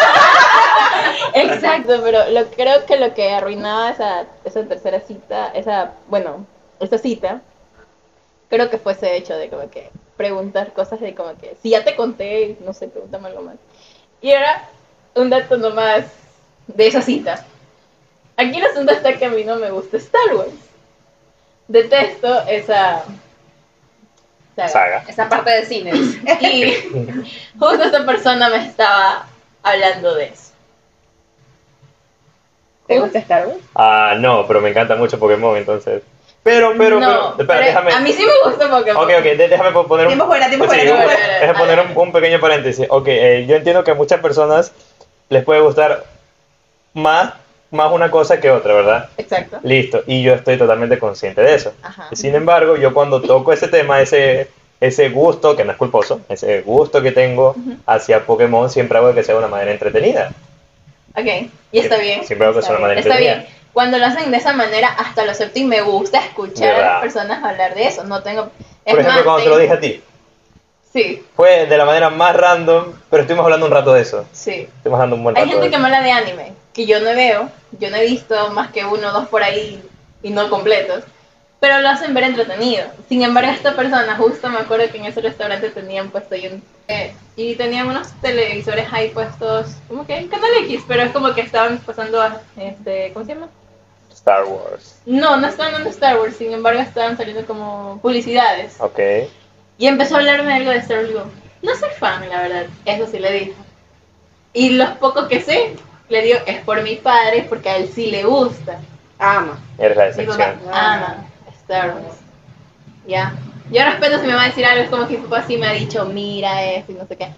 Exacto, pero lo, creo que lo que arruinaba esa, esa tercera cita, esa, bueno, esa cita, creo que fue ese hecho de como que preguntar cosas de como que, si ya te conté, no sé, pregúntame algo más. Y era un dato nomás de esa cita. Aquí el asunto está que a mí no me gusta Star Wars. Detesto esa... saga. Saga. Esa parte de cines. Y justo esta persona me estaba hablando de eso. ¿Te gusta Star Wars? Ah, no, pero me encanta mucho Pokémon, entonces. Pero, pero, no, pero. Espera, pero déjame. A mí sí me gusta Pokémon. Ok, ok, de- déjame po- poner un... Tiempo fuera, tiempo pues Sí, fuera, tiempo un- fuera. déjame poner un, un pequeño paréntesis. Ok, eh, yo entiendo que a muchas personas les puede gustar más, más una cosa que otra, ¿verdad? Exacto. Listo, y yo estoy totalmente consciente de eso. Ajá. Sin embargo, yo cuando toco ese tema, ese, ese gusto, que no es culposo, ese gusto que tengo hacia Pokémon, siempre hago que sea de una manera entretenida. Ok, y está bien. Siempre hago que está sea una manera bien. Está entretenida. bien. Cuando lo hacen de esa manera, hasta lo acepto y me gusta escuchar a ¿Verdad? las personas hablar de eso. No tengo. es Por ejemplo, más, cuando te tengo- lo dije a ti, Sí, fue de la manera más random, pero estuvimos hablando un rato de eso. sí. Estuvimos hablando un buen rato Hay gente de que me habla de anime, que yo no veo, yo no he visto más que uno o dos por ahí y no completos, pero lo hacen ver entretenido. Sin embargo, esta persona, justo me acuerdo que en ese restaurante tenían puesto y, un- eh, y tenían unos televisores ahí puestos, como que en Canal X, pero es como que estaban pasando a, este, ¿cómo se llama? Star Wars. No, no estaban dando Star Wars, sin embargo, estaban saliendo como publicidades. Ok. Y empezó a hablarme algo de Star Wars. digo, No soy fan, la verdad. Eso sí le dije. Y los pocos que sé, le digo, es por mi padre, porque a él sí le gusta. Ama. Eres la Mi papá decepción. ama Star Wars. Ya. Yo respeto si me va a decir algo, es como que mi papá sí me ha dicho, mira esto y no sé qué.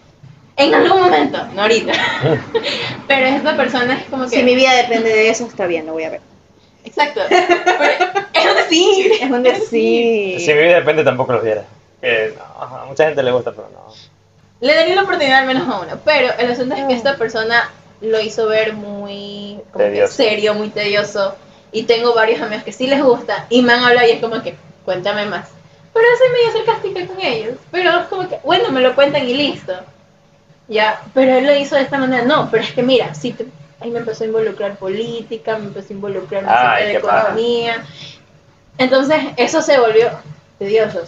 En algún momento, no ahorita. Pero esta persona es como que. Si mi vida depende de eso, está bien, lo voy a ver. Exacto. Pero es un decir. Es un decir. Si mi vida depende, tampoco lo viera. Que, no, a mucha gente le gusta, pero no. Le daría la oportunidad al menos a uno, pero el asunto es que esta persona lo hizo ver muy como que Tedioso. serio, muy tedioso. Y tengo varios amigos que sí les gusta y me han hablado y es como que, cuéntame más. Pero soy medio sarcástica con ellos. Pero es como que, bueno, me lo cuentan y listo. Ya, pero él lo hizo de esta manera. No, pero es que mira, sí te- ahí me empezó a involucrar política, me empezó a involucrar no sé Ay, qué de qué paja. economía. Entonces, eso se volvió tedioso.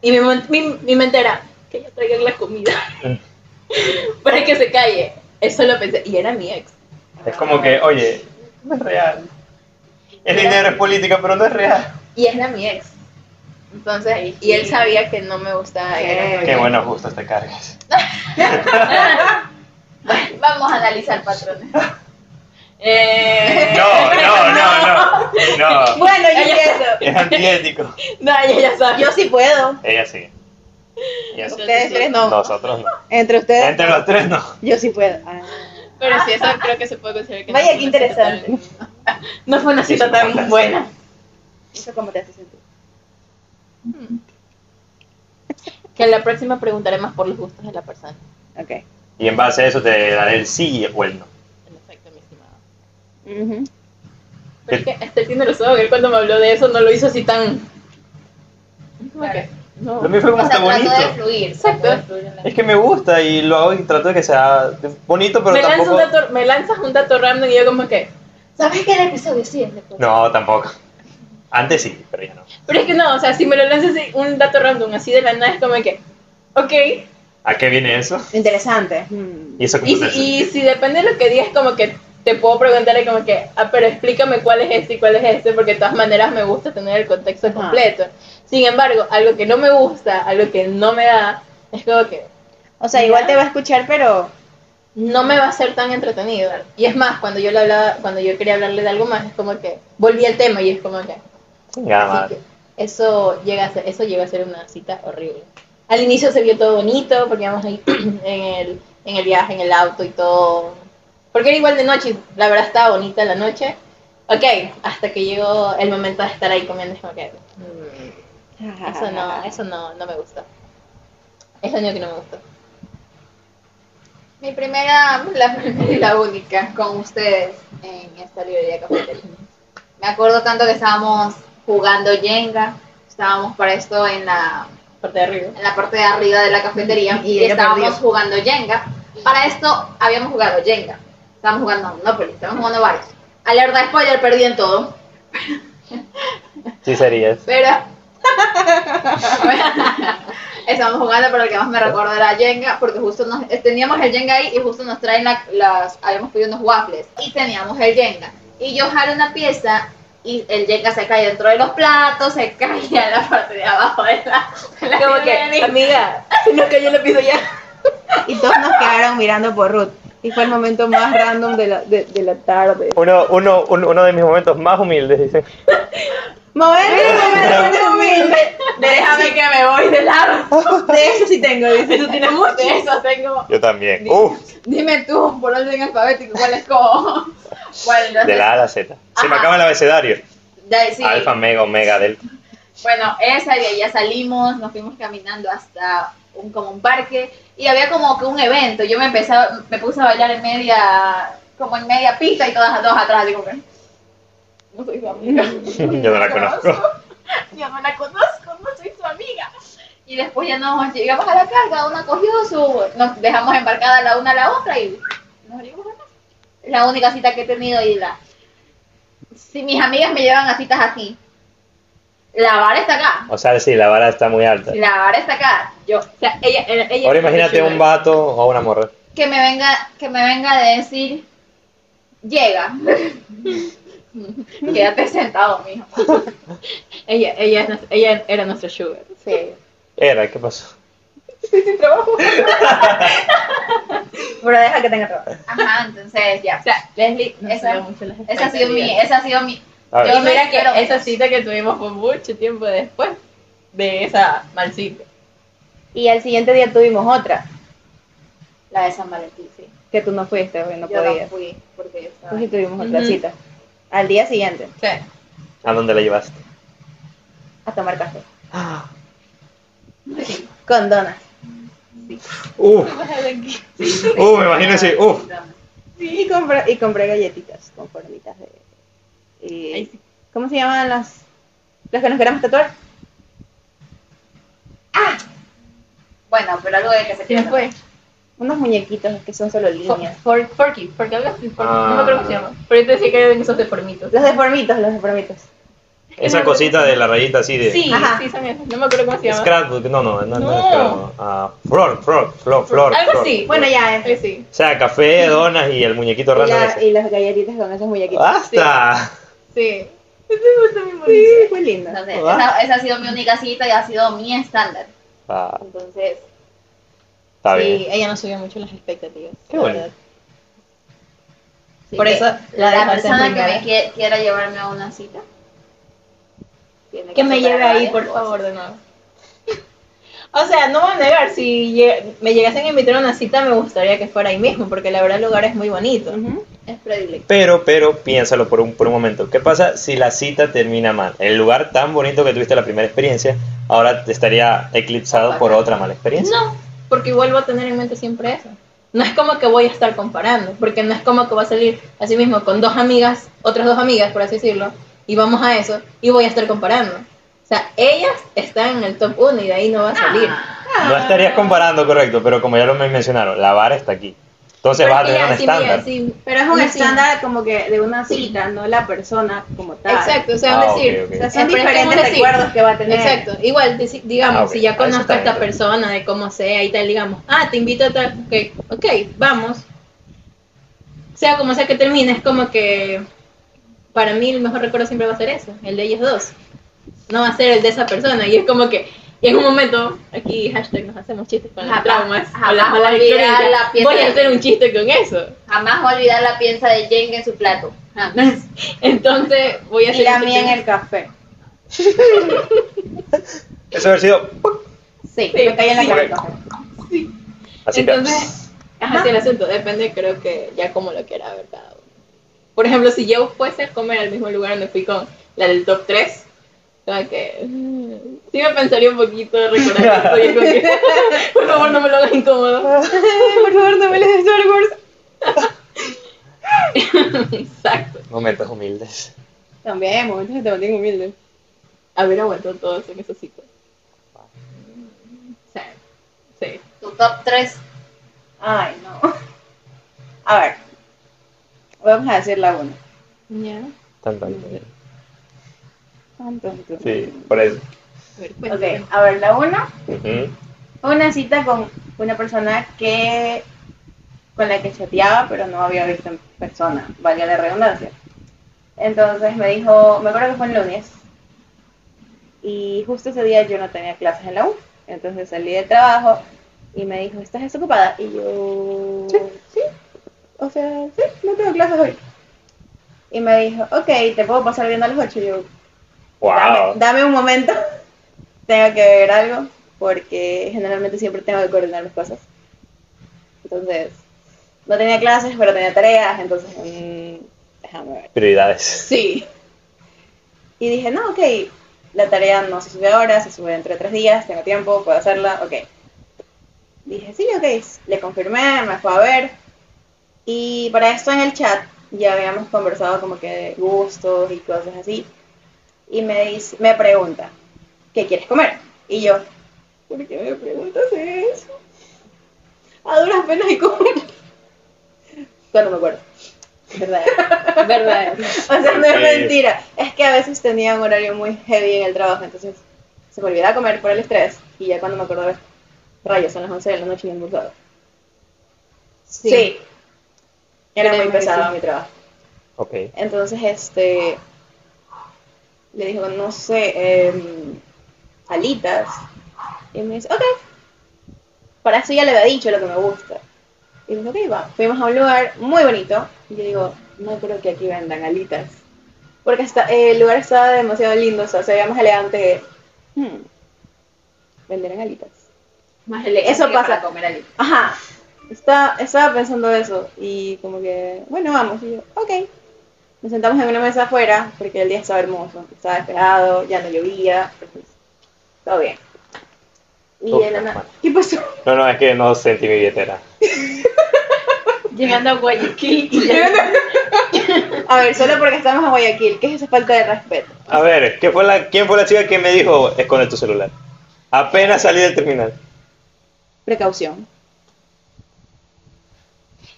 Y mi, mon- mi, mi mente era, que yo traiga la comida para que se calle. Eso lo pensé. Y era mi ex. Es como que, oye, no es real. El dinero es política, pero no es real. Y era mi ex. Entonces, y él sabía que no me gustaba. Sí. era Qué buenos gustos te cargas. Vamos a analizar patrones. Eh, No, no, no, no. No. Bueno, yo ella- entiendo. Es antiético. No, ella ya sabe. Yo sí puedo. Ella sí. Ella sí. Ustedes tres no. Nosotros no. Entre ustedes. Entre los tres no. Yo sí puedo. Ah. Pero sí, eso creo que se puede considerar que Vaya, fue qué una cita tan- No fue una cita tan buena. ¿Eso cómo te hace sentir? Que en la próxima preguntaré más por los gustos de la persona. Ok. Y en base a eso te daré el sí o el no. En efecto, mi estimado. Ujú. Pero es que hasta el fin de los ojos, él cuando me habló de eso no lo hizo así tan. ¿Cómo Claro. que? No. Lo mío fue como O sea, hasta trato de bonito. fluir. Pues, Exacto. trato de fluir en la- Es que me gusta y lo hago y trato de que sea bonito, pero me, lanzas tampoco. un dato, me lanzas un dato random y yo, como que. ¿Sabes qué era el episodio 100? de- No, tampoco. Antes sí, pero ya no. Pero es que no, o sea, si me lo lanzas así, un dato random así de la nada, es como que. Ok. ¿A qué viene eso? Interesante. Mm. ¿Y eso cómo Y se hace? si, y si depende de lo que digas, como que te puedo preguntar, y como que, ah, pero explícame cuál es este y cuál es este, porque de todas maneras me gusta tener el contexto Ajá. completo. Sin embargo, algo que no me gusta, algo que no me da, es como que O sea, igual te va a escuchar, pero. no me va a ser tan entretenido. Y es más, cuando yo le hablaba, cuando yo quería hablarle de algo más, es como que volví al tema y es como que, Nada así más. que eso llega a ser, eso llega a ser una cita horrible. Al inicio se vio todo bonito, porque íbamos ahí en el, en el viaje, en el auto y todo. Porque era igual de noche, y la verdad estaba bonita la noche. Ok, hasta que llegó el momento de estar ahí comiendo, es como que, mm, eso no, eso no, no me gustó. Es lo único que no me gustó. Mi primera, la primera y la única con ustedes en esta librería cafetería. Me acuerdo tanto que estábamos jugando Jenga, estábamos para esto en la, Parte de arriba. en la parte de arriba de la cafetería Y y, ella estábamos perdió. jugando Jenga. Para esto habíamos jugado Jenga, estábamos jugando Monopoly, estábamos jugando varios. Alerta spoiler, perdí en todo, Sí, serías. pero... estábamos jugando, pero el que más me recuerda era Jenga, porque justo nos, eh, teníamos el Jenga ahí y justo nos traen la- las... Habíamos pedido unos waffles y teníamos el Jenga. Y yo jalo una pieza y el Jenga se cae dentro de los platos, se cae en la parte de abajo de la... de la Como que, librería. amiga, si no cayó el piso ya. Y todos nos quedaron mirando por Ruth. Y fue el momento más random de la, de, de la tarde. Uno, uno, un- uno de mis momentos más humildes, dicen. Momento, momento humilde. Déjame que me voy de lado. De eso sí tengo, dice. Eso tiene mucho. De eso tengo. Yo también. Uf, Dime tú, por orden alfabético, cuál es como. Bueno, entonces, de la A a la Z. Se me Ajá. acaba el abecedario. de ahí sí. Alfa, mega, omega, delta. Bueno, esa y ahí ya salimos, nos fuimos caminando hasta un, como un parque y había como que un evento. Yo me empezaba, me puse a bailar en media, como en media pista y todas dos atrás, digo que. No soy su amiga. Yo no la conozco. Yo no la conozco, no soy su amiga. Y después ya nos llegamos a la carga, una cogió su, nos dejamos embarcada la una a la otra y nos venimos a casa. Es la única cita que he tenido y la... Si mis amigas me llevan a citas así, la vara está acá, O sea, sí, la vara está muy alta. la vara está acá. Yo, O sea, ella, ella- ella Ahora imagínate un vato o una morra. que me venga, que me venga a decir, llega. Quédate sentado, mijo. Ella, ella, es nuestra- ella era nuestra sugar. Sí. Era, ¿qué pasó? Pero deja que tenga trabajo. Ajá, entonces ya. O sea, Leslie, no Esa- sabía mucho las Esa ha sido mi, expectativas. esa ha sido mi, A ver. Y mira Pero que esa menos. cita que tuvimos fue mucho tiempo después de esa mal cita. Y al siguiente día tuvimos otra. la de San Valentín, sí. Que tú no fuiste, porque no yo no podías. fui porque yo estaba. Pues sí tuvimos otra Ujú. cita. Al día siguiente, O sea, ¿A dónde la llevaste? Ah. a tomar café. Con donas. Uf. Uh, me imagino así. Uf. Y compré, y compré galletitas con formitas de. y- Ay, sí. ¿Cómo se llaman las, las que nos queremos tatuar? Bueno, pero algo de que se ¿Quién quiera fue? Unos muñequitos que son solo For, líneas. for, forky, porque algo así, Forky, no me acuerdo cómo se Ah. llama. Pero yo te decía que eran esos deformitos. Los deformitos, los deformitos. Esa cosita de la rayita así de. Sí, Ajá. sí, son esos. No me acuerdo cómo se llama. Scrapbook, no, no, no, no, No. es scrapbook. Ah, flor, flor, flor, flor. Algo flor. así. Bueno, ya, en Algo fin. así. O sea, café, donas y el muñequito Y, random la- ese. y las galletitas con esos muñequitos. ¡Basta! Sí. Me gusta mi Sí, moniza. fue linda. Entonces, ¿Verdad? esa, esa ha sido mi única cita y ha sido mi estándar. Ah, Entonces, está sí, bien. ella no subió mucho las expectativas. Qué la bueno. verdad. sí Por que eso la la, dejaste en persona que primera. me quie- quiera llevarme a una cita. tiene Que me superar lleve ahí, varias por cosas. favor, de nuevo. O sea, no voy a negar, si lle- me llegasen a invitar a una cita, me gustaría que fuera ahí mismo, porque la verdad el lugar es muy bonito. Es predilecto. Pero, pero, piénsalo por un, por un momento. ¿Qué pasa si la cita termina mal? El lugar tan bonito que tuviste la primera experiencia, ahora te estaría eclipsado por otra mala experiencia. No, porque igual voy a tener en mente siempre eso. No es como que voy a estar comparando, porque no es como que voy a salir así mismo con dos amigas, otras dos amigas, por así decirlo, y vamos a eso, y voy a estar comparando. O sea, ellas están en el top 1 y de ahí no va a salir. No estarías comparando, correcto, pero como ya lo me mencionaron, la vara está aquí. Entonces vas a tener un Porque ya, sí, Pues mira, estándar. sí, Pero es un sí. estándar como que de una cita, no la persona como tal. Exacto, o sea, Ah, es decir, ok, ok. O sea, son Es- pero es como diferentes decir- recuerdos que va a tener. Exacto, igual, dici- digamos, Ah, ok. si Ah, ya eso conozco está a esta bien. persona, de cómo sea y tal, digamos, ah, te invito a tal, ok, ok, vamos. Sea como sea que termine, es como que para mí el mejor recuerdo siempre va a ser eso, el de ellos dos. No va a ser el de esa persona, y es como que, y en un momento, aquí hashtag nos hacemos chistes con los Jamás, traumas, jamás o las malas olvidar experiencias. la pieza Voy a de- hacer un chiste con eso. Jamás voy a olvidar la piensa de Jenga en su plato. Jamás. Entonces, voy a hacer Y la un mía chiste en el café. Eso haber sido ¡puc! Sí. Sí, Me caí en la sí. cara del café. así que Entonces, Ajá, sí, el asunto depende, creo que ya como lo quiera ver cada uno. Por ejemplo, si yo fuese a comer al mismo lugar donde fui con la del top 3, como que. mm, Sí me pensaría un poquito recordar esto. y es como que, por favor, no me lo hagas incómodo. Por favor, no me les des Star Wars. Exacto. momentos humildes. También, momentos que te mantengo humilde. Haber aguantado todo eso en esos sitios. Sí. Sí. Tu top 3. Ay, no. A ver. Vamos a hacer la una. Ya. Tan, tan, tan. Ok, Sí, por eso. A ver, cuéntame. a ver, la una. Ujú. Una cita con una persona que con la que chateaba, pero no había visto en persona, valga la redundancia. Entonces me dijo, me acuerdo que fue el lunes, y justo ese día yo no tenía clases en la U, entonces salí de trabajo y me dijo, ¿estás desocupada? Y yo, sí, o sea, sí, no tengo clases hoy. Y me dijo, ok, te puedo pasar viendo a las 8. Yo, Dame, Wow. dame un momento. Tengo que ver algo porque generalmente siempre tengo que coordinar las cosas. Entonces, no tenía clases, pero tenía tareas, entonces, mm, déjame ver. Prioridades. Sí. Y dije, no, ok, la tarea no se sube ahora, se sube dentro de tres días, tengo tiempo, puedo hacerla, ok. Dije, sí, ok, le confirmé, me fue a ver. Y para esto en el chat ya habíamos conversado como que de gustos y cosas así. Y me, dice, me pregunta, ¿qué quieres comer? Y yo, ¿por qué me preguntas eso? A duras penas y como... Cuando me acuerdo. ¿Verdad? Verdad. O sea, no Ok. es mentira. Es que a veces tenía un horario muy heavy en el trabajo, entonces se me olvidaba comer por el estrés. Y ya cuando me acordaba, rayos, son las 11 de la noche y no he almorzado. Sí. Era muy Créeme que pesado sí. mi trabajo. Ok. Entonces, este. Le dijo, no sé, em, alitas. Y me dice, ok. Para eso ya le había dicho lo que me gusta. Y me dijo, ok, va. Fuimos a un lugar muy bonito. Y yo digo, no creo que aquí vendan alitas. Porque hasta, eh, el lugar estaba demasiado lindo, o sea, se veía más elegante. Hmm, venderán alitas. Más elegante Eso que pasa. para comer algo. Ajá. Está, estaba pensando eso y como que, bueno, vamos. Y yo, ok. Nos sentamos en una mesa afuera porque el día estaba hermoso. Estaba despejado, ya no llovía. entonces, todo bien. Y Uf, de la na- hermano. ¿Qué pasó? No, no, es que no sentí mi billetera. Llegando a Guayaquil y ya. A ver, solo porque estamos en Guayaquil. ¿Qué es esa falta de respeto? A ver, ¿qué fue la, ¿quién fue la chica que me dijo esconde tu celular? Apenas salí del terminal. Precaución.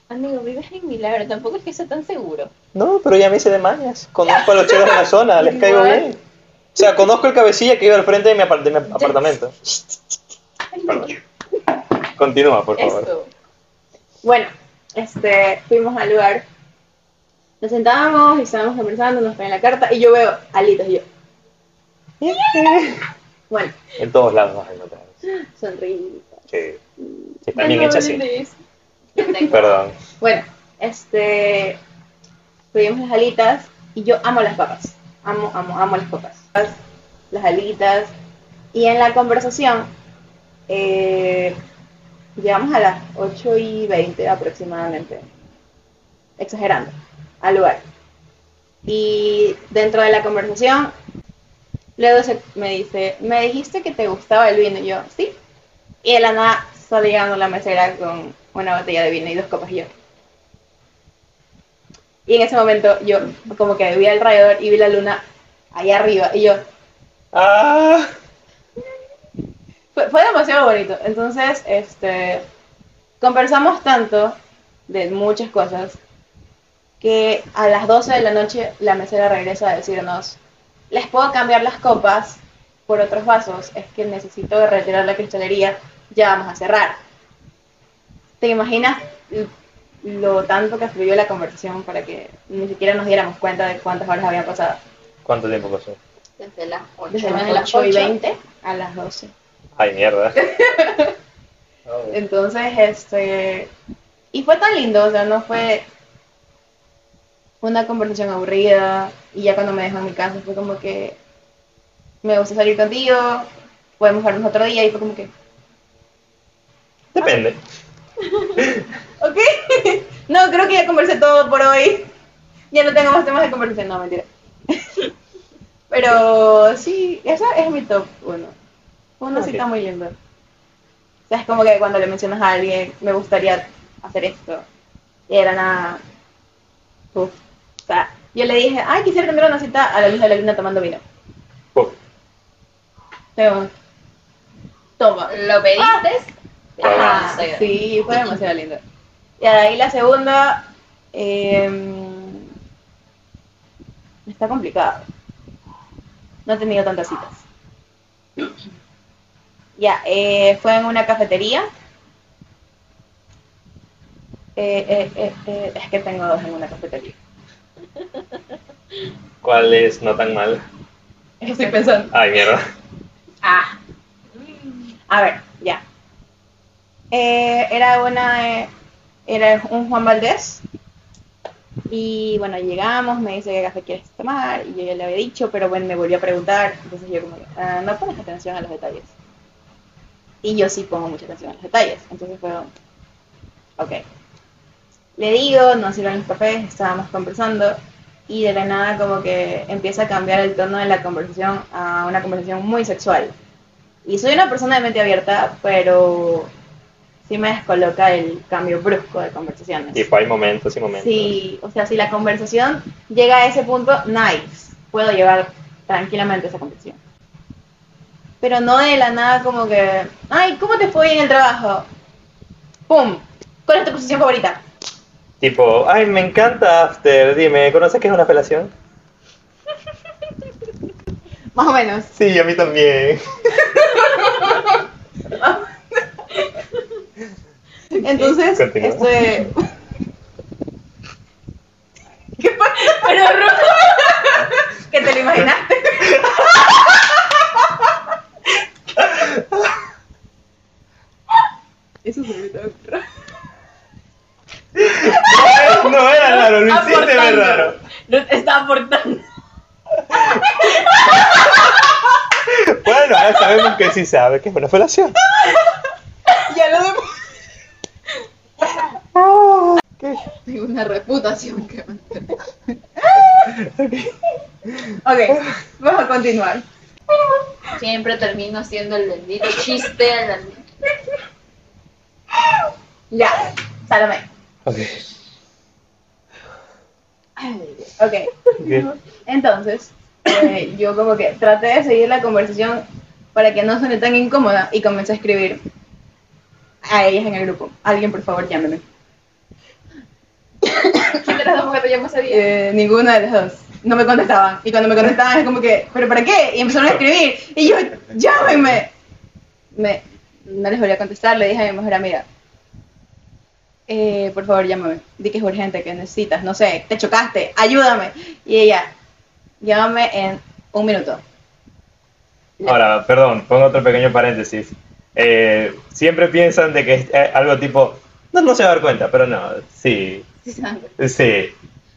Amigo, vives en Milagro, tampoco es que sea tan seguro. No, pero ya me hice de mañas. Conozco a los chicos de la zona, les caigo bien. O sea, conozco el cabecilla que iba al frente de mi, apar- de mi apartamento. Perdón. Continúa, por favor. Eso. Bueno, este, fuimos al lugar. Nos sentábamos y estábamos conversando, nos traen la carta y yo veo alitas y yo. Bueno, En todos lados vas a encontrar. sonríe. Sí. Están bien hechas así. Perdón. Bueno, este. Pedimos las alitas y yo amo las papas. Amo, amo, amo las papas. Las, las alitas. Y en la conversación, eh, llegamos a las 8 y 20 aproximadamente. Exagerando, al lugar. Y dentro de la conversación, luego se- me dice: Me dijiste que te gustaba el vino. Y yo, sí. Y de la nada está llegando la mesera con una botella de vino y dos copas y yo. Y en ese momento yo como que vi alrededor y vi la luna allá arriba y yo, ¡Ah! fue, fue demasiado bonito. Entonces, este, conversamos tanto de muchas cosas que a las 12 de la noche la mesera regresa a decirnos, les puedo cambiar las copas por otros vasos, es que necesito retirar la cristalería, ya vamos a cerrar. ¿Te imaginas l- lo tanto que fluyó la conversación para que ni siquiera nos diéramos cuenta de cuántas horas habían pasado? ¿Cuánto tiempo pasó? Desde las 8, Desde las 8 y 20 a las 12. Ay, mierda. Oh. Entonces, este. Y fue tan lindo, o sea, no fue una conversación aburrida. Y ya cuando me dejó en mi casa fue como que. Me gusta salir contigo, podemos vernos otro día. Y fue como que. Depende. Ok, no, creo que ya conversé todo por hoy. Ya no tengo más temas de conversación, no, mentira. Pero sí, esa es mi top uno. Fue una Ok. cita muy linda. O sea, es como que cuando le mencionas a alguien, me gustaría hacer esto. Y era nada. Uf. O sea, yo le dije, ay, quisiera tener una cita a la luz de la luna tomando vino. Oh. Tengo. Toma. Lo pediste. Ah, Ajá, sí, fue demasiado lindo. Y ahí la segunda em, está complicado. No he tenido tantas citas. Ya, eh, fue en una cafetería. Eh, eh, eh, eh, es que tengo dos en una cafetería. ¿Cuál es no tan mal? Estoy pensando. Ay, mierda. Ah. A ver, ya. Eh, era una. eh, era un Juan Valdés. Y bueno, llegamos, me dice qué café quieres tomar. Y yo ya le había dicho, pero bueno, me volvió a preguntar. Entonces yo, como, que, "Ah, no pones atención a los detalles. Y yo sí pongo mucha atención a los detalles. Entonces fue. como, Ok. Le digo, nos sirven los cafés, estábamos conversando y de la nada como que empieza a cambiar el tono de la conversación a una conversación muy sexual. Y soy una persona de mente abierta, pero sí me descoloca el cambio brusco de conversaciones. Y fue hay momentos y momentos. Sí, o sea, si la conversación llega a ese punto, nice, puedo llevar tranquilamente esa conversación. Pero no de la nada como que, ay, ¿cómo te fue en el trabajo? ¡Pum! ¿Cuál es tu posición favorita? Tipo, ay, me encanta After. Dime, ¿conoces qué es una felación? Más o menos. Sí, a mí también. Entonces, Continúa. este... Pero Ru- que te lo imaginaste. Eso es muy No era raro, lo hiciste ver aportando. raro. Ru está aportando. Bueno, ahora sabemos que sí sabe que es una felación. Ya lo demás. Tengo una reputación que mantener. Ok, vamos a continuar. Siempre termino haciendo el bendito chiste. la- Ya, Salomé. Ok. Ok, ok. entonces, eh, yo como que traté de seguir la conversación para que no suene tan incómoda y comencé a escribir a ellas en el grupo. Alguien, por favor, llámeme. ¿Quién de las dos mujeres llama ese día? Eh, ninguna de las dos. No me contestaban. Y cuando me contestaban es como que, ¿pero para qué? Y empezaron a escribir. Y yo, llámenme. Me, no les volví a contestar, le dije a mi mejor amiga. eh, por favor, llámame. Di que es urgente, que necesitas, no sé, te chocaste, ayúdame. Y ella, llámame en un minuto. Ahora, perdón, pongo otro pequeño paréntesis. Eh, siempre piensan de que es eh, algo tipo, no, no se va a dar cuenta, pero no, sí, sí. Eh,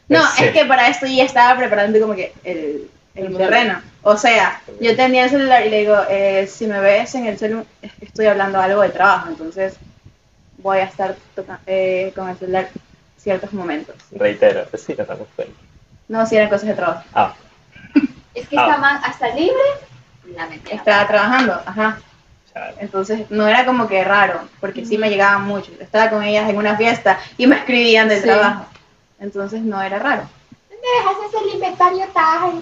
No, sí. es que para esto ya estaba preparando como que el, el terreno. O sea, yo tenía el celular y le digo, eh, si me ves en el celular, estoy hablando algo de trabajo, entonces voy a estar toca- eh, con el celular ciertos momentos. Reitero, sí, nos damos cuenta. No, si eran cosas de trabajo. Ah, Es que Ah. esta man hasta libre la metía. Estaba trabajando, ajá. ya. Entonces no era como que raro, porque sí me llegaban mucho. Estaba con ellas en una fiesta y me escribían del Sí. trabajo. Entonces no era raro. ¿Dónde dejaste el inventario tal?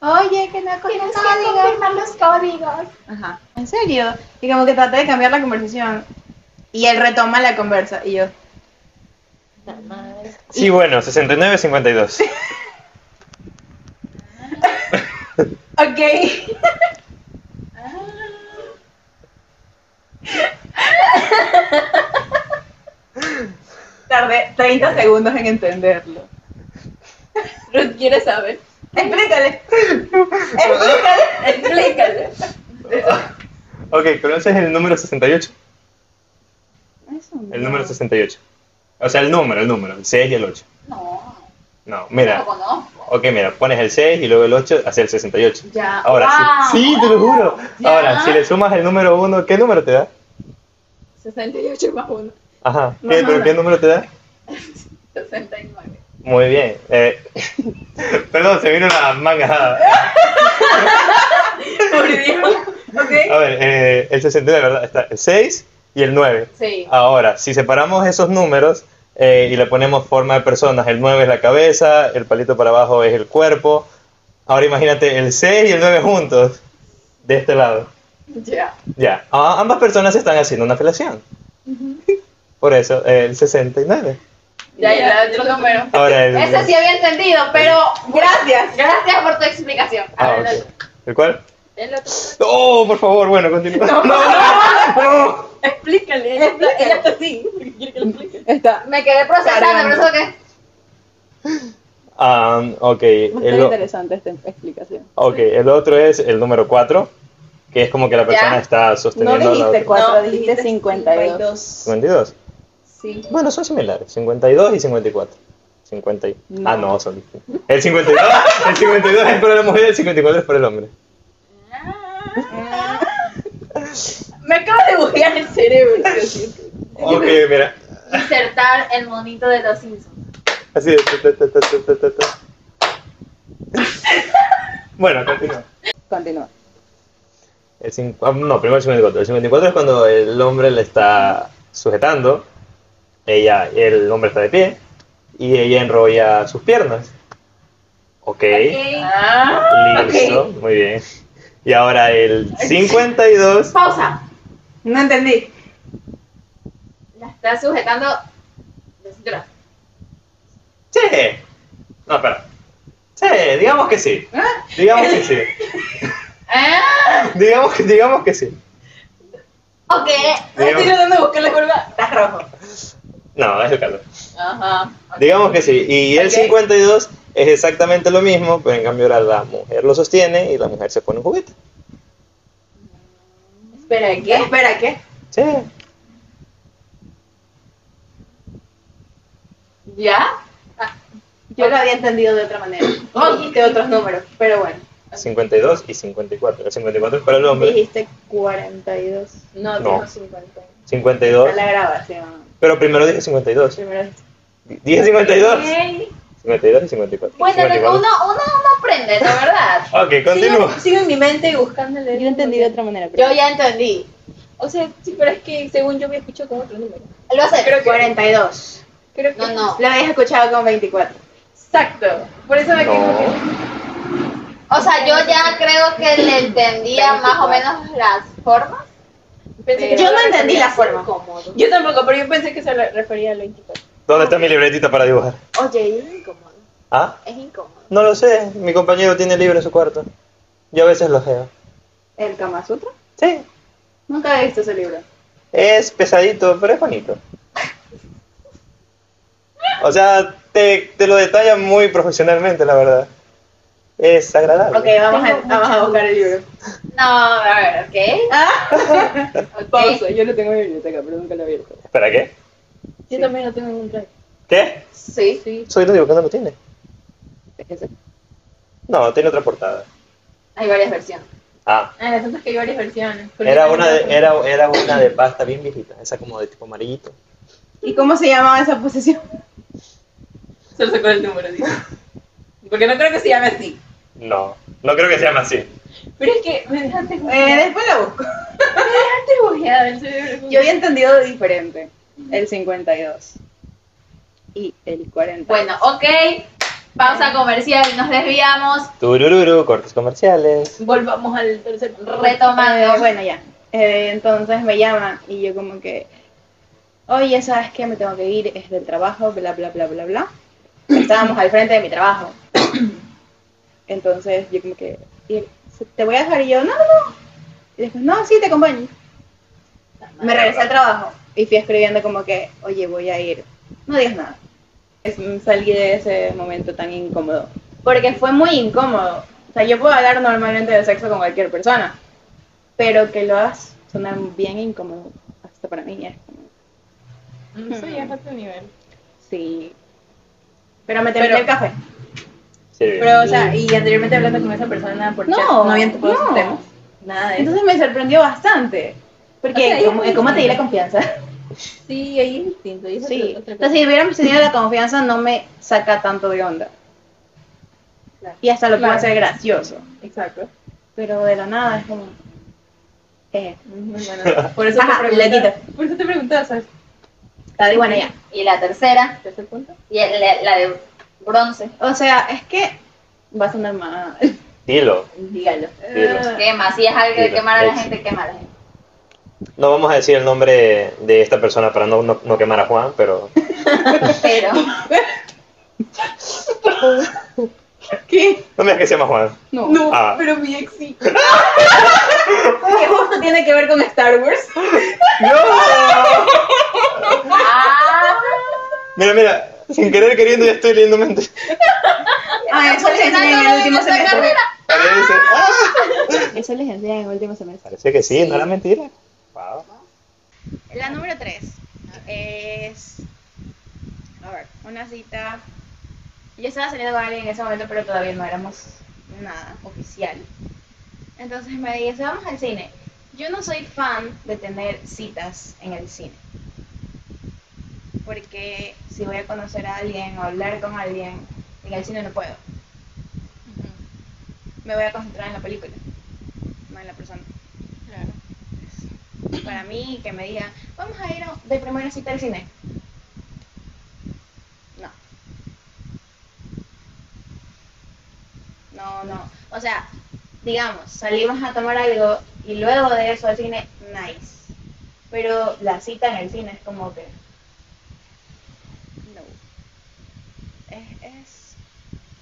Oye, que no ha cogido Tienes que código. confirmar los códigos. Ajá. ¿En serio? Y como que traté de cambiar la conversación. Y él retoma la conversa. Y yo, Sí, bueno, 69-52. ok. Tardé 30 segundos en entenderlo. Ruth quiere saber. Explícale. Explícale. Explícale. Ok, ¿conoces el número 68? Eso no. El número 68. O sea, el número, el número, el 6 y el 8. No, No, no mira. lo conozco. Ok, mira, pones el 6 y luego el 8 hacia el 68. Ya. Ah, Ahora wow. sí. Sí, te lo juro. Ya. Ahora, si le sumas el número 1, ¿qué número te da? 68 más 1. Ajá. ¿Qué, no, pero no. ¿Qué número te da? 69. Muy bien. eh, perdón, se me vino una manga. Por Dios. A ver, eh, el 69, ¿verdad? Está el 6 y el 9. Sí. Ahora, si separamos esos números eh, y le ponemos forma de personas, el 9 es la cabeza, el palito para abajo es el cuerpo. Ahora imagínate el 6 y el 9 juntos, de este lado. Ya. Ya, a- ambas personas están haciendo una felación. Por eso, eh, el 69. Ya, ya, otro número. Ahora el... Eso sí había entendido, pero Gracias. gracias por tu explicación. A Ah, ver, ok. ¿El cuál? El otro. Oh, por favor, bueno, continúa. No, no, no. Explícale. Ella está, ella está así. Quiere que lo explique. Está. Me quedé procesando, Cargando. pero eso que. Ah, ok, el, o- interesante esta explicación. ok, el otro es el número 4, que es como que la persona Ya. está No sosteniendo la dijiste otra. 4, No, dijiste dijiste 52. 52. Sí. Bueno, son similares, 52 y 54. 50 y- No. Ah, no, son distintos. El 52, el 52 es para la mujer y el 54 es para el hombre. Ah. Me acaba de buguear el cerebro. Dios mío. Ok, mira. Insertar el monito de los Simpsons. Así de... ta, ta, ta, ta, ta, ta, ta. Bueno, continúa. Continúa. El cin- ah, no, primero el 54. El 54 es cuando el hombre le está sujetando, ella, el hombre está de pie y ella enrolla sus piernas. Ok, Ah. listo, muy bien. Y ahora el 52 Pausa. No entendí. La está sujetando de cintura. Sí. No, espera. Sí, digamos que sí. Digamos que sí. Ah, Digamos que, digamos que sí. ok. Estoy Digamos- tratando de buscar la curva. Estás rojo. no, es el calor. Ajá. Digamos que sí. Y el Ok. 52 es exactamente lo mismo, pero en cambio ahora la mujer lo sostiene y la mujer se pone un juguete. Espera, ¿qué? Espera, ¿qué? Sí. ¿Ya? Yo lo había entendido de otra manera. Dijiste otros números, pero bueno. 52 y 54. El 54 es para el hombre. Dijiste 42. No, No. dijo 50. 52. A la grabación. Pero primero dije 52. Primero dijiste. Dije 52. Ok. 52 y 54. Bueno, lo que uno, 54. uno no aprende, la verdad. Ok, continúa. Sigo, sigo en mi mente buscándole. Yo entendí de otra manera. Yo ya entendí. O sea, sí, pero es que según yo me escucho con otro número. Lo sé. Creo que 42. Creo que No, no. Lo habías escuchado con 24. Exacto. Por eso me quedo que No. O sea, yo ya creo que le entendía más o menos las formas. pensé Yo no entendí la refería forma. a- Yo tampoco, pero yo pensé que se re- refería al 24. ¿Dónde está mi libretita para dibujar? Oye, es incómodo. ¿Ah? Es incómodo. No lo sé, mi compañero tiene libre su cuarto. Yo a veces lo veo. ¿El Kama Sutra? Sí, Nunca he visto ese libro. es pesadito, pero es bonito. O sea, te, te lo detallan muy profesionalmente, la verdad. Es agradable. Ok, vamos a, vamos a buscar el libro. No, a ver, ok. Ok. Pausa, yo lo tengo en mi biblioteca, pero nunca lo he abierto. ¿Espera qué? Yo también lo tengo en un drive. ¿Qué? Sí. Soy lo digo que no lo tiene. Ese. No, tiene otra portada. Hay varias versiones. Ah, Ah, es que hay varias versiones. era una de, era, era una de pasta bien viejita, esa como de tipo amarillito. ¿Y cómo se llamaba esa posesión? Solo sacó el número, dice. Porque no creo que se llame así. No, no creo que se llame así. Pero es que me dejaste Eh, después la busco. bugueada el cerebro. Yo había entendido diferente. El 52. Y el 40. Bueno, ok. Pausa comercial y nos desviamos. Turururu, cortes comerciales. Volvamos al tercer Eh, Retomando. bueno, ya. Eh, entonces me llaman y yo como que, oye, ¿sabes qué? Me tengo que ir, es del trabajo, bla, bla, bla, bla, bla. Estábamos al frente de mi trabajo. Entonces yo como que, y él, te voy a dejar y yo, no, no, no. Y después, no, sí, te acompaño. Me regresé al trabajo y fui escribiendo como que, oye, voy a ir. No digas nada. Es- Salí de ese momento tan incómodo. Porque fue muy incómodo. O sea, yo puedo hablar normalmente de sexo con cualquier persona pero que lo hagas sonar bien incómodo, hasta para mí es como, Eso ya Mm, es otro nivel. sí. Pero me terminé Pero- el café. Sí, bien. Pero, o sea, y anteriormente hablando con esa persona por No, chat, no habían tocado no. esos temas. Nada de eso. Entonces me sorprendió bastante, porque O sea, ahí ¿cómo, es muy cómo te di la distinto. confianza? Sí, ahí es distinto. ahí es Sí. otra- otra cosa. Entonces si hubiéramos tenido la confianza no me saca tanto de onda. Y hasta lo puedo Claro. hacer gracioso. Exacto. Pero de la nada es como... Eh, Muy bueno. Por eso Ajá, te preguntaba. lequita. Por eso te preguntaba, ¿sabes? está de buena ya. Y la tercera, ¿Tercer punto? y la, la de bronce. O sea, es que va a sonar mal. Dilo, Dígalo. dilo. Pues Quema, si es algo de Mira, quemar a la leche. gente, quema a la gente. No vamos a decir el nombre de esta persona para no, no, no quemar a Juan, pero Pero, ¿Qué? no me digas que se llama Juan. No. Ah, Pero mi ex sí. ¿Qué justo tiene que ver con Star Wars? ah, mira, mira, sin querer queriendo ya estoy leyendo mente. Ah, eso les enseñan en el último semestre. Parece, ah. Eso les enseñan en el último semestre. Parece que sí, no era mentira. Wow. La número 3 es. A ver, una cita. Yo estaba saliendo con alguien en ese momento, pero todavía no éramos nada oficial. Entonces me dice: Vamos al cine. Yo no soy fan de tener citas en el cine. Porque si voy a conocer a alguien o hablar con alguien, en el cine no puedo. Me voy a concentrar en la película, no en la persona para mí que me digan, vamos a ir a- de primera cita al cine. No. No, no. O sea, digamos, salimos a tomar algo y luego de eso al cine, nice. Pero la cita en el cine es como que... No. Es... es...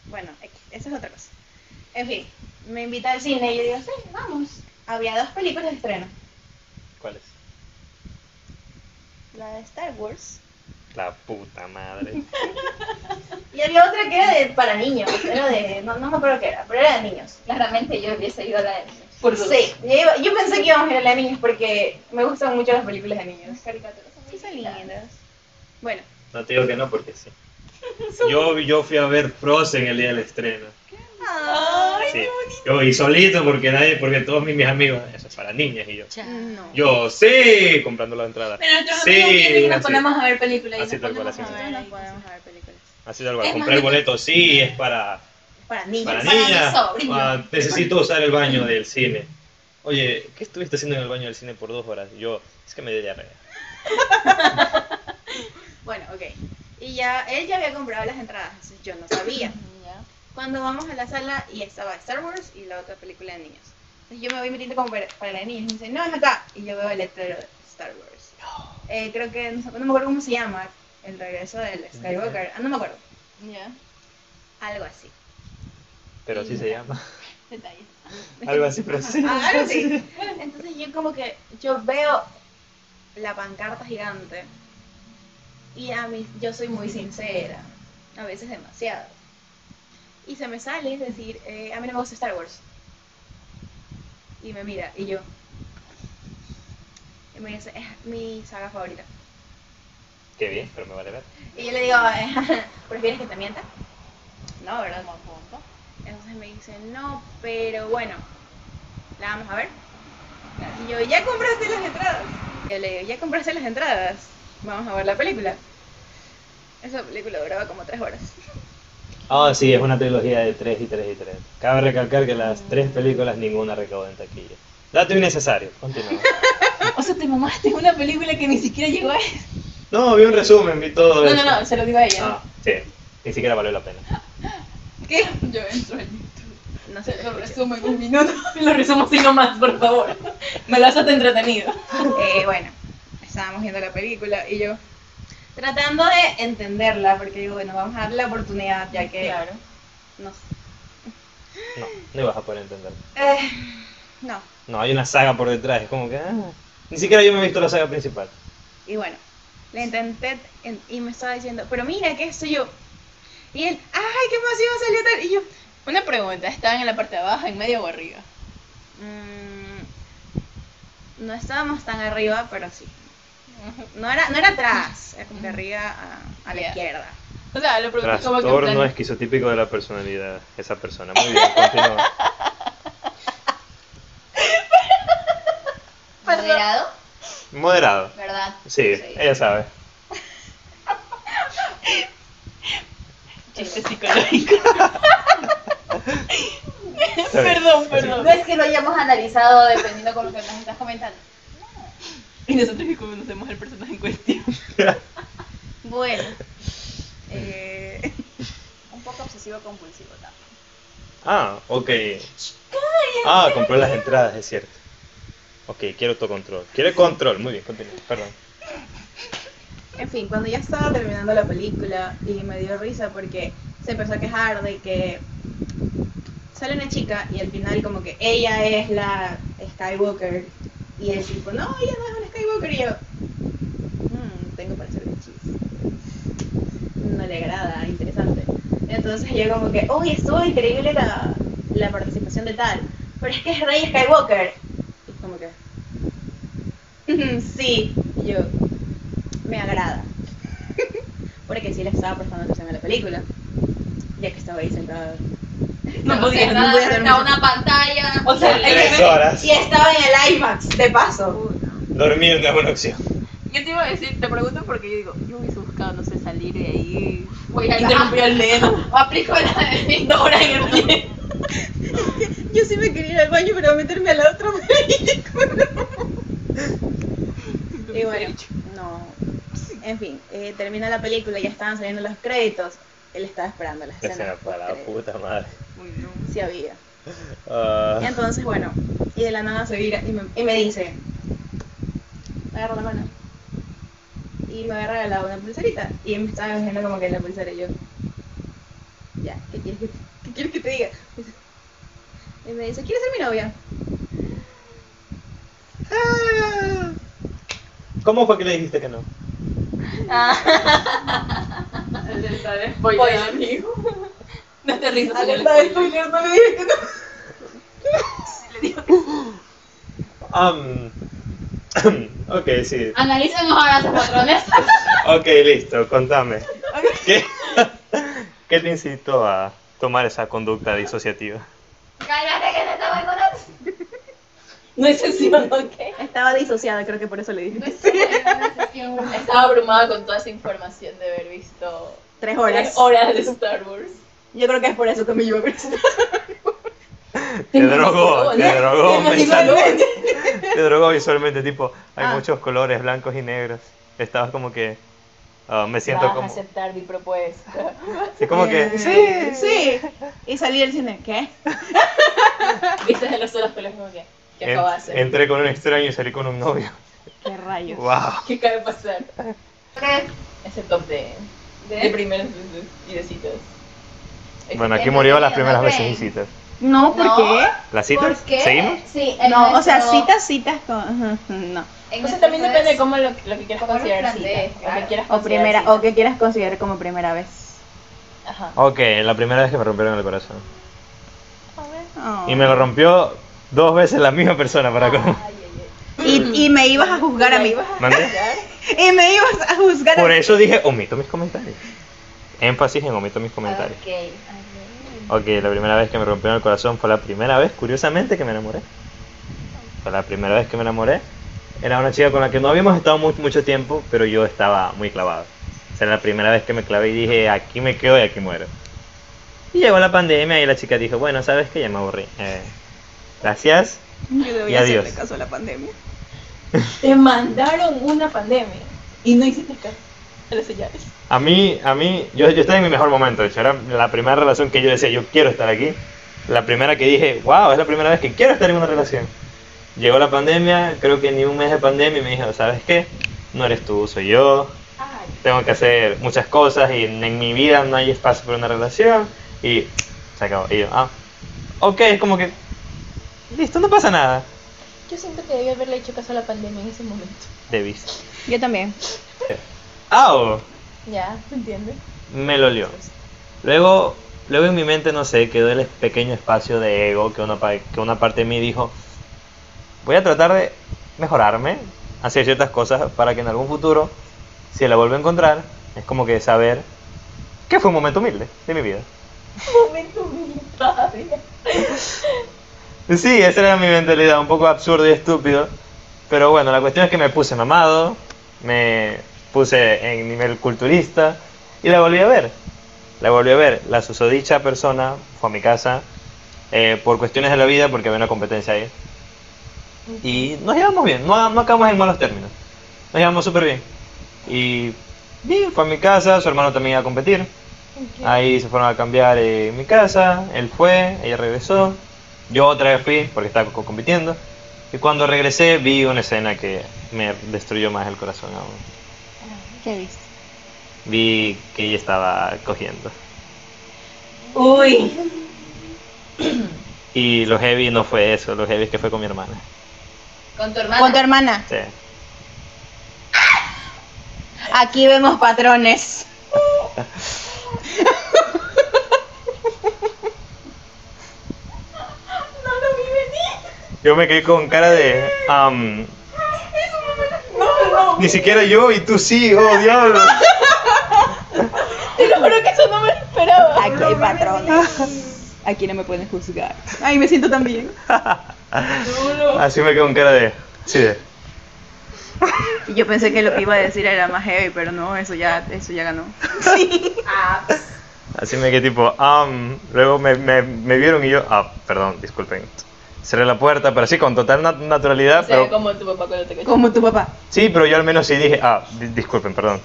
Bueno, X, esa es otra cosa. En fin, me invita al cine y yo digo, sí, vamos. Había dos películas de estreno. ¿Cuál es? La de Star Wars. La puta madre. Y había otra que era de, para niños, era de, no, no me acuerdo qué era, pero era de niños. claramente yo hubiese ido a la de Por dos. Sí, yo, iba- yo pensé que íbamos a ir a la de niños porque me gustan mucho las películas de niños. Sí, son lindas. Bueno, No te digo que no porque sí. Yo, yo fui a ver Frozen el día del estreno. Sí. Yo y solito porque nadie, porque todos mis, mis amigos, eso es para niñas y yo. no. Yo sí, comprando la entrada. Pero nuestros Sí, amigos vienen y nos así. ponemos a ver películas. y Así nos tal cual, ponemos así. a ver ahí. ver películas. Así tal cual. Compré el boleto, sí, es para, Para niños. para para mis niñas. sobrinos. Ah, necesito usar el baño del cine. Oye, ¿qué estuviste haciendo en el baño del cine por dos horas? Yo, es que me dio diarrea. Bueno, ok. Y ya, él ya había comprado las entradas, entonces yo no sabía. Cuando vamos a la sala y estaba Star Wars y la otra película de niños. Entonces yo me voy metiendo como para, para la de niños y me dice, no, es acá. Y yo veo el letrero de Star Wars. Eh, creo que, no, sé- no me acuerdo cómo se llama, el regreso del Skywalker. Ah, no me acuerdo. Algo así. Pero así se llama. Detalles. Algo así, pero sí. Ah, algo así. Entonces yo como que, yo veo la pancarta gigante Y a mí, yo soy muy sincera, a veces demasiado. Y se me sale decir, eh, a mí no me gusta Star Wars. Y me mira, y yo. Y me dice, es mi saga favorita. Qué bien, pero me vale ver. Y yo le digo, eh, ¿prefieres que te mienta? No, ¿verdad? No, punto. Entonces me dice, no, pero bueno, la vamos a ver. Y yo, ¿ya compraste las entradas? Yo le digo, ¿ya compraste las entradas? Vamos a ver la película. Esa película duraba como tres horas. Ah, sí, es una trilogía de 3 y 3 y 3. Cabe recalcar que las tres películas ninguna recaudó en taquilla. Dato innecesario, continuamos. O sea, te mamaste una película que ni siquiera llegó a eso. No, vi un resumen, vi todo No, no, eso. no, se lo digo a ella. Ah, sí, ni siquiera valió la pena. ¿Qué? Yo entro al YouTube. No sé, Lo resumo en un minuto. Lo resumo así nomás, por favor. Me lo has entretenido. Eh, bueno, estábamos viendo la película y yo tratando de entenderla, porque digo, bueno, vamos a darle la oportunidad, ya que... Claro. No sé. No, no ibas a poder entender. Eh, no. No, hay una saga por detrás, es como que... ah, Ni siquiera yo me he visto la saga principal. Y bueno, le intenté en- y me estaba diciendo, pero mira, ¿qué es esto? Y yo? Y él, ¡ay, qué emoción salió tal! Y yo, Una pregunta, ¿estaban en la parte de abajo, en medio o arriba? mm, no estábamos tan arriba, pero sí. No era, no era atrás, era como que arriba a, a la Ya. izquierda. O sea, lo pregunté como que en plan- Trastorno esquizotípico de la personalidad, esa persona. Muy bien, continúa. Moderado, Moderado. ¿verdad? Sí, Eh, Sí. ella sabe. chiste psicológico. perdón, perdón. No es que lo hayamos analizado dependiendo con lo que nos estás comentando. Y nosotros que conocemos al personaje en cuestión. Bueno, eh, un poco obsesivo compulsivo también. Ah, ok. Ah, compró las entradas, es cierto. Ok, quiero autocontrol. Quiere control, muy bien, continúa, perdón. En fin, cuando ya estaba terminando la película y me dio risa porque se empezó a quejar de que sale una chica y al final como que ella es la Skywalker y el tipo, no, ella no es una Skywalker y yo, "Mm, tengo para hacer chiste. No le agrada, interesante. Entonces yo como que, uy, estuvo increíble la, la participación de tal, pero es que es Rey Skywalker. Y como que, "Mm, sí, y yo, me agrada. Porque sí le estaba prestando atención a la película. Ya que estaba ahí sentada. No podía, no podía hacer a mucho. una pantalla. O sea, Por tres horas. Y estaba en el IMAX, de paso. Dormir no es buena opción. Yo te iba a decir, te pregunto porque yo digo, yo hubiese buscado, no sé, salir de ahí. Voy a Interrumpió el dedo. Aplico la de Dos horas en el pie. Yo sí me quería ir al baño, pero meterme a la otra película. y bueno, no. En fin, eh, termina la película, ya estaban saliendo los créditos. Él estaba esperando las La escenas. escena para la postcréditos. puta madre. Sí había. Ah, Y Entonces, bueno, y de la nada se vira y me, y me dice, me agarra la mano. Y me había regalado una pulserita. Y me estaba diciendo como que la pulsera y yo, ya, ¿qué quieres que, qué quieres que te diga? Y me dice, ¿quieres ser mi novia? ¿Cómo fue que le dijiste que no? No te ríes. A la de spoiler no le dije que no. Am, ok, sí. Analicen ahora sus patrones. Ok, listo, contame. ¿Qué, ¿Qué te incitó a tomar esa conducta disociativa? Cállate que te estaba encontrando. No es sesión, ok. Estaba disociada, creo que por eso le dije. Estaba abrumada con toda esa información de haber visto Tres horas. tres horas de Star Wars. Yo creo que es por eso que me llevó a ver. Te drogó, te drogó Igualmente. mentalmente. Te drogó visualmente, tipo, hay Ah. muchos colores blancos y negros. Estabas como que. ah, me siento Vas a como. aceptar mi propuesta. Sí, como que. Sí, sí. Y salí del cine, ¿qué? Viste de los ojos pelos como que, ¿qué en- acabo de hacer? entré con un extraño y salí con un novio. ¿Qué rayos? ¡Wow! ¿Qué acaba de pasar? Ese top de, ¿Eh? de primeros videocitos. Bueno, aquí que murió no las creen, primeras no veces creen. y citas. No, ¿por No. qué? ¿Las citas? ¿Por qué? ¿Seguimos? Sí, No, o sea, cita citas, citas con... No. en Entonces el también proceso- depende de cómo lo, lo que quieras cómo lo considerar cita. plantees, Lo que claro. quieras O considerar primera, cita. o que quieras considerar como primera vez. Ajá. Ok, la primera vez que me rompieron el corazón. Oh. Y me lo rompió dos veces la misma persona para colmo. Y, y me ibas a juzgar a mí. ¿Mandé? Y me ibas a juzgar a Por mí. eso dije, omito mis comentarios. Énfasis en omito mis comentarios. Ok. Ok, la primera vez que me rompieron el corazón fue la primera vez, curiosamente, que me enamoré. Fue la primera vez que me enamoré. Era una chica con la que no habíamos estado mu- mucho tiempo, pero yo estaba muy clavado. O sea, era la primera vez que me clavé y dije, aquí me quedo y aquí muero. Y llegó la pandemia y la chica dijo, bueno, ¿sabes qué? Ya me aburrí. Eh, gracias. Yo Y debería adiós. hacerle caso a la pandemia. Te mandaron una pandemia y no hiciste caso a las señales. A mí, a mí, yo, yo estaba en mi mejor momento, de hecho, era la primera relación que yo decía, yo quiero estar aquí. La primera que dije, wow, es la primera vez que quiero estar en una relación. Llegó la pandemia, creo que ni un mes de pandemia, y me dijo, ¿sabes qué? No eres tú, soy yo. Tengo que hacer muchas cosas y en, en mi vida no hay espacio para una relación. Y se acabó. Y yo, ah, ok, es como que, listo, no pasa nada. Yo siento que debí haberle hecho caso a la pandemia en ese momento. Debiste. Yo también. ¡Au! Ya, ¿se entiende? me lo olió. Luego, luego en mi mente, no sé, quedó el es- pequeño espacio de ego que una, pa- que una parte de mí dijo, voy a tratar de mejorarme, hacer ciertas cosas para que en algún futuro, si la vuelvo a encontrar, es como que saber que fue un momento humilde de mi vida. Momento mi todavía. Sí, esa era mi mentalidad, un poco absurdo y estúpido. Pero bueno, la cuestión es que me puse mamado, me puse en nivel culturista y la volví a ver. La volví a ver. La susodicha persona fue a mi casa eh, por cuestiones de la vida, porque había una competencia ahí. Y nos llevamos bien, no, no acabamos en malos términos. Nos llevamos súper bien. Y bien, fue a mi casa, su hermano también iba a competir. Ahí se fueron a cambiar eh, en mi casa, él fue, ella regresó. Yo otra vez fui porque estaba co- compitiendo. Y cuando regresé vi una escena que me destruyó más el corazón aún. ¿Qué viste? Vi que ella estaba cogiendo. Uy, Y lo heavy no fue eso, lo heavy es que fue con mi hermana. Con tu Con tu hermana. hermana. Sí. Aquí vemos patrones. Yo me quedé con cara de... am, Ni siquiera yo y tú sí, oh diablo. Te lo juro que eso no me lo esperaba. Aquí hay patrones. Aquí no me pueden juzgar. Ay, me siento tan bien. Así me quedé con cara de... Sí, de... Y yo pensé que lo que iba a decir era más heavy, pero no, eso ya, eso ya ganó. Ah, Así me quedé tipo, am, luego me, me- me vieron y yo, ah, perdón, disculpen. Cerré la puerta, pero sí, con total nat- naturalidad, O sea, pero... como tu papá cuando te cachó. Como tu papá. Sí, pero yo al menos sí dije, ah, di- disculpen, perdón.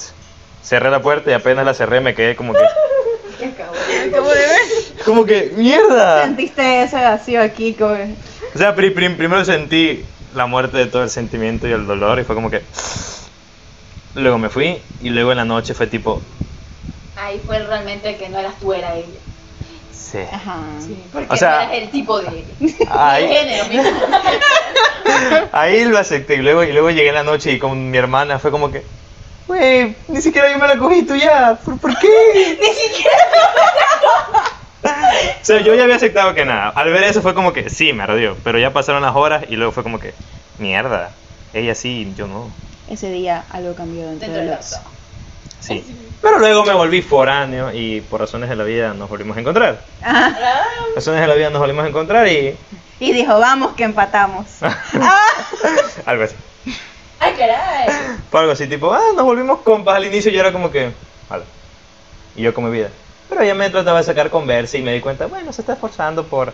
Cerré la puerta y apenas la cerré me quedé como que... qué cabrón. ¿Cómo de ver? Como que, mierda. Ah. Sentiste ese vacío aquí, como... O sea, pri- pri- primero sentí la muerte de todo el sentimiento y el dolor y fue como que... Luego me fui y luego en la noche fue tipo... Ahí fue realmente que no eras tú, era ella. Sí. Ajá. Porque O sea- no eras el tipo de ella. El Ahí, género mismo. ahí lo acepté y luego, y luego llegué en la noche y con mi hermana fue como que... Wey, ni siquiera yo me la cogí tú ya. ¿Por, por qué? ni siquiera... o sea, yo ya había aceptado que nada. Al ver eso fue como que... Sí, me ardió. Pero ya pasaron las horas y luego fue como que... Mierda. Ella sí, yo no. Ese día algo cambió dentro, Dentro de de los... los- Sí. Pero luego me volví foráneo y por razones de la vida nos volvimos a encontrar. Ah. Por razones de la vida nos volvimos a encontrar y Y dijo, vamos que empatamos. Ah. algo así. ¡Ay, caray! Fue algo así, tipo, ah, nos volvimos compas al inicio y era como que, vale. Y yo con mi vida. Pero ella me trataba de sacar conversa y me di cuenta, bueno, se está esforzando por,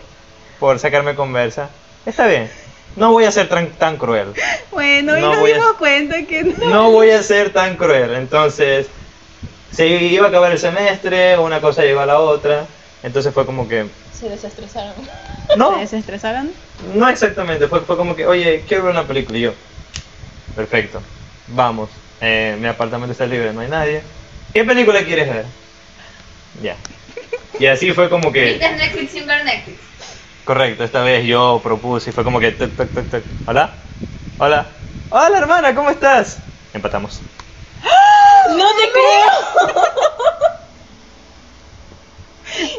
por sacarme conversa. Está bien. No voy a ser tan, tan cruel. Bueno, y No nos voy a- dimos cuenta que... no. No voy a ser tan cruel. Entonces, se iba a acabar el semestre, una cosa llegó a la otra. Entonces fue como que, Se desestresaron. no, ¿Se desestresaron? No exactamente, fue, fue como que, oye, quiero ver una película. Y yo, perfecto, vamos. Eh, mi apartamento está libre, no hay nadie. ¿Qué película quieres ver? Ya. Y así fue como que, Viste Este Netflix sin ver Netflix. correcto, esta vez yo propuse y fue como que, toc, toc, toc, toc. Hola, hola, Hola hermana, ¿cómo estás? Empatamos. ¡No te creo!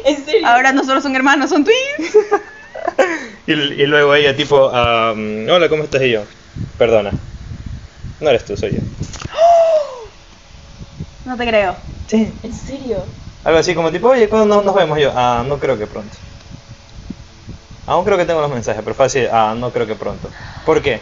¿En serio? Ahora no solo son hermanos, son twins. Y, y luego ella tipo, ah, hola, ¿cómo estás? Y yo, perdona. No eres tú, soy yo. No te creo. Sí. ¿En serio? Algo así como tipo, oye, ¿cuándo no- nos vemos? Yo, ah, no creo que pronto. Aún creo que tengo los mensajes, pero fácil, ah, no creo que pronto. ¿Por qué?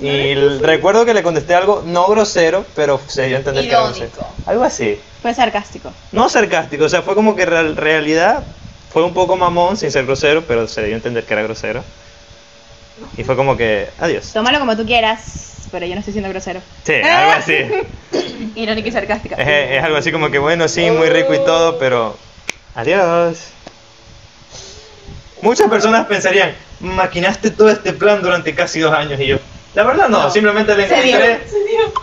Y l- recuerdo que le contesté algo no grosero, pero se dio a entender que era grosero. Irónico. Algo así. Fue sarcástico. No sarcástico, o sea, fue como que en realidad fue un poco mamón sin ser grosero, pero se dio a entender que era grosero. Y fue como que, adiós. Tómalo como tú quieras, pero yo no estoy siendo grosero. Sí, Eh. algo así. Irónica y sarcástica. Es, es algo así como que, bueno, sí, muy rico y Oh. todo, pero adiós. Muchas personas pensarían, maquinaste todo este plan durante casi dos años y yo. La verdad no, simplemente la Se dio, encontré,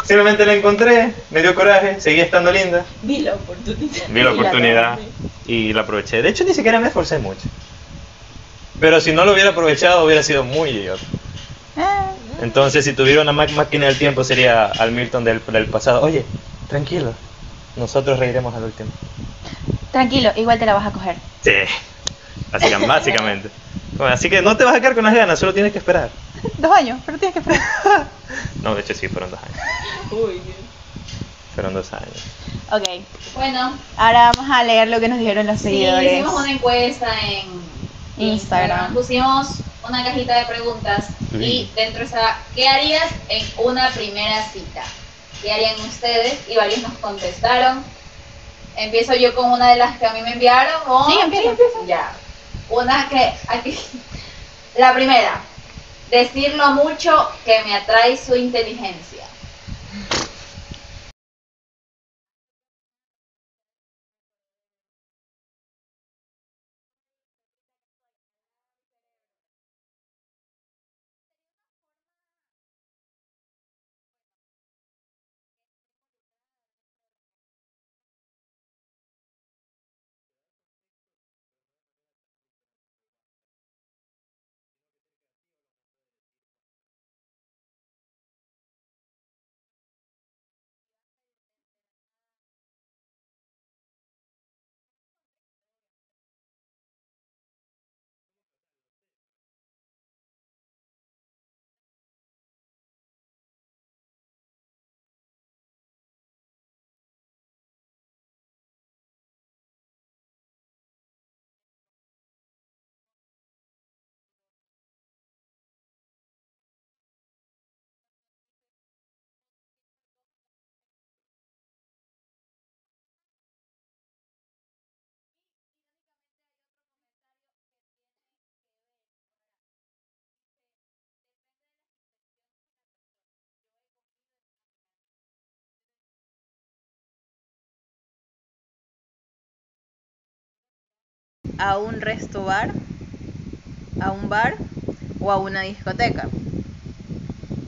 simplemente la encontré, me dio coraje, seguí estando linda. Vi la oportunidad. Vi la oportunidad y la aproveché. De hecho, ni siquiera me esforcé mucho. Pero si no lo hubiera aprovechado, hubiera sido muy idiota. Entonces, si tuviera una ma- máquina del tiempo, sería al Milton del, del pasado. Oye, tranquilo, nosotros reiremos al último. Tranquilo, igual te la vas a coger. Sí, básicamente. básicamente. Bueno, así que no te vas a quedar con las ganas, solo tienes que esperar. Dos años, pero tienes que esperar. No, de hecho, sí, fueron dos años. Uy, Dios. Fueron dos años. Ok, Bueno, ahora vamos a leer lo que nos dijeron los sí, seguidores. hicimos una encuesta en Instagram. Pusimos una cajita de preguntas y Sí. dentro estaba, ¿qué harías en una primera cita? ¿Qué harían ustedes? Y varios nos contestaron. Empiezo yo con una de las que a mí me enviaron. o- Sí, empieza, Ya. Una que aquí. La primera, decir lo mucho que me atrae su inteligencia. a un resto bar, a un bar o a una discoteca.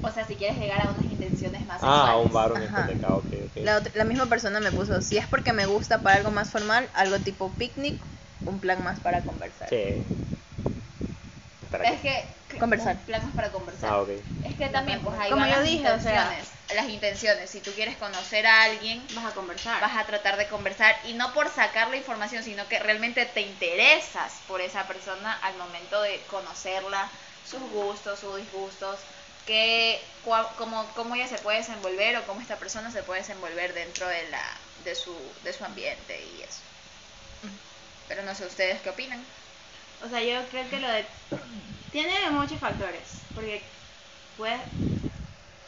O sea, si quieres llegar a unas intenciones más Ah, sexuales. un bar, una Ajá. discoteca, ok, ok. La, otra- la misma persona me puso, si es porque me gusta para algo más formal, algo tipo picnic, un plan más para conversar. Sí. Espera. Es que Conversar. Planos para conversar. Ah, ok. Es que también, pues hay Como yo varias dije, o sea- intenciones. Las intenciones. Si tú quieres conocer a alguien, Vas a conversar. vas a tratar de conversar y no por sacar la información, sino que realmente te interesas por esa persona al momento de conocerla, sus gustos, sus disgustos, que, cua- cómo, cómo ella se puede desenvolver o cómo esta persona se puede desenvolver dentro de, la, de, su, de su ambiente y eso. Pero no sé ustedes qué opinan. O sea, yo creo que lo de... Tiene muchos factores, porque puede...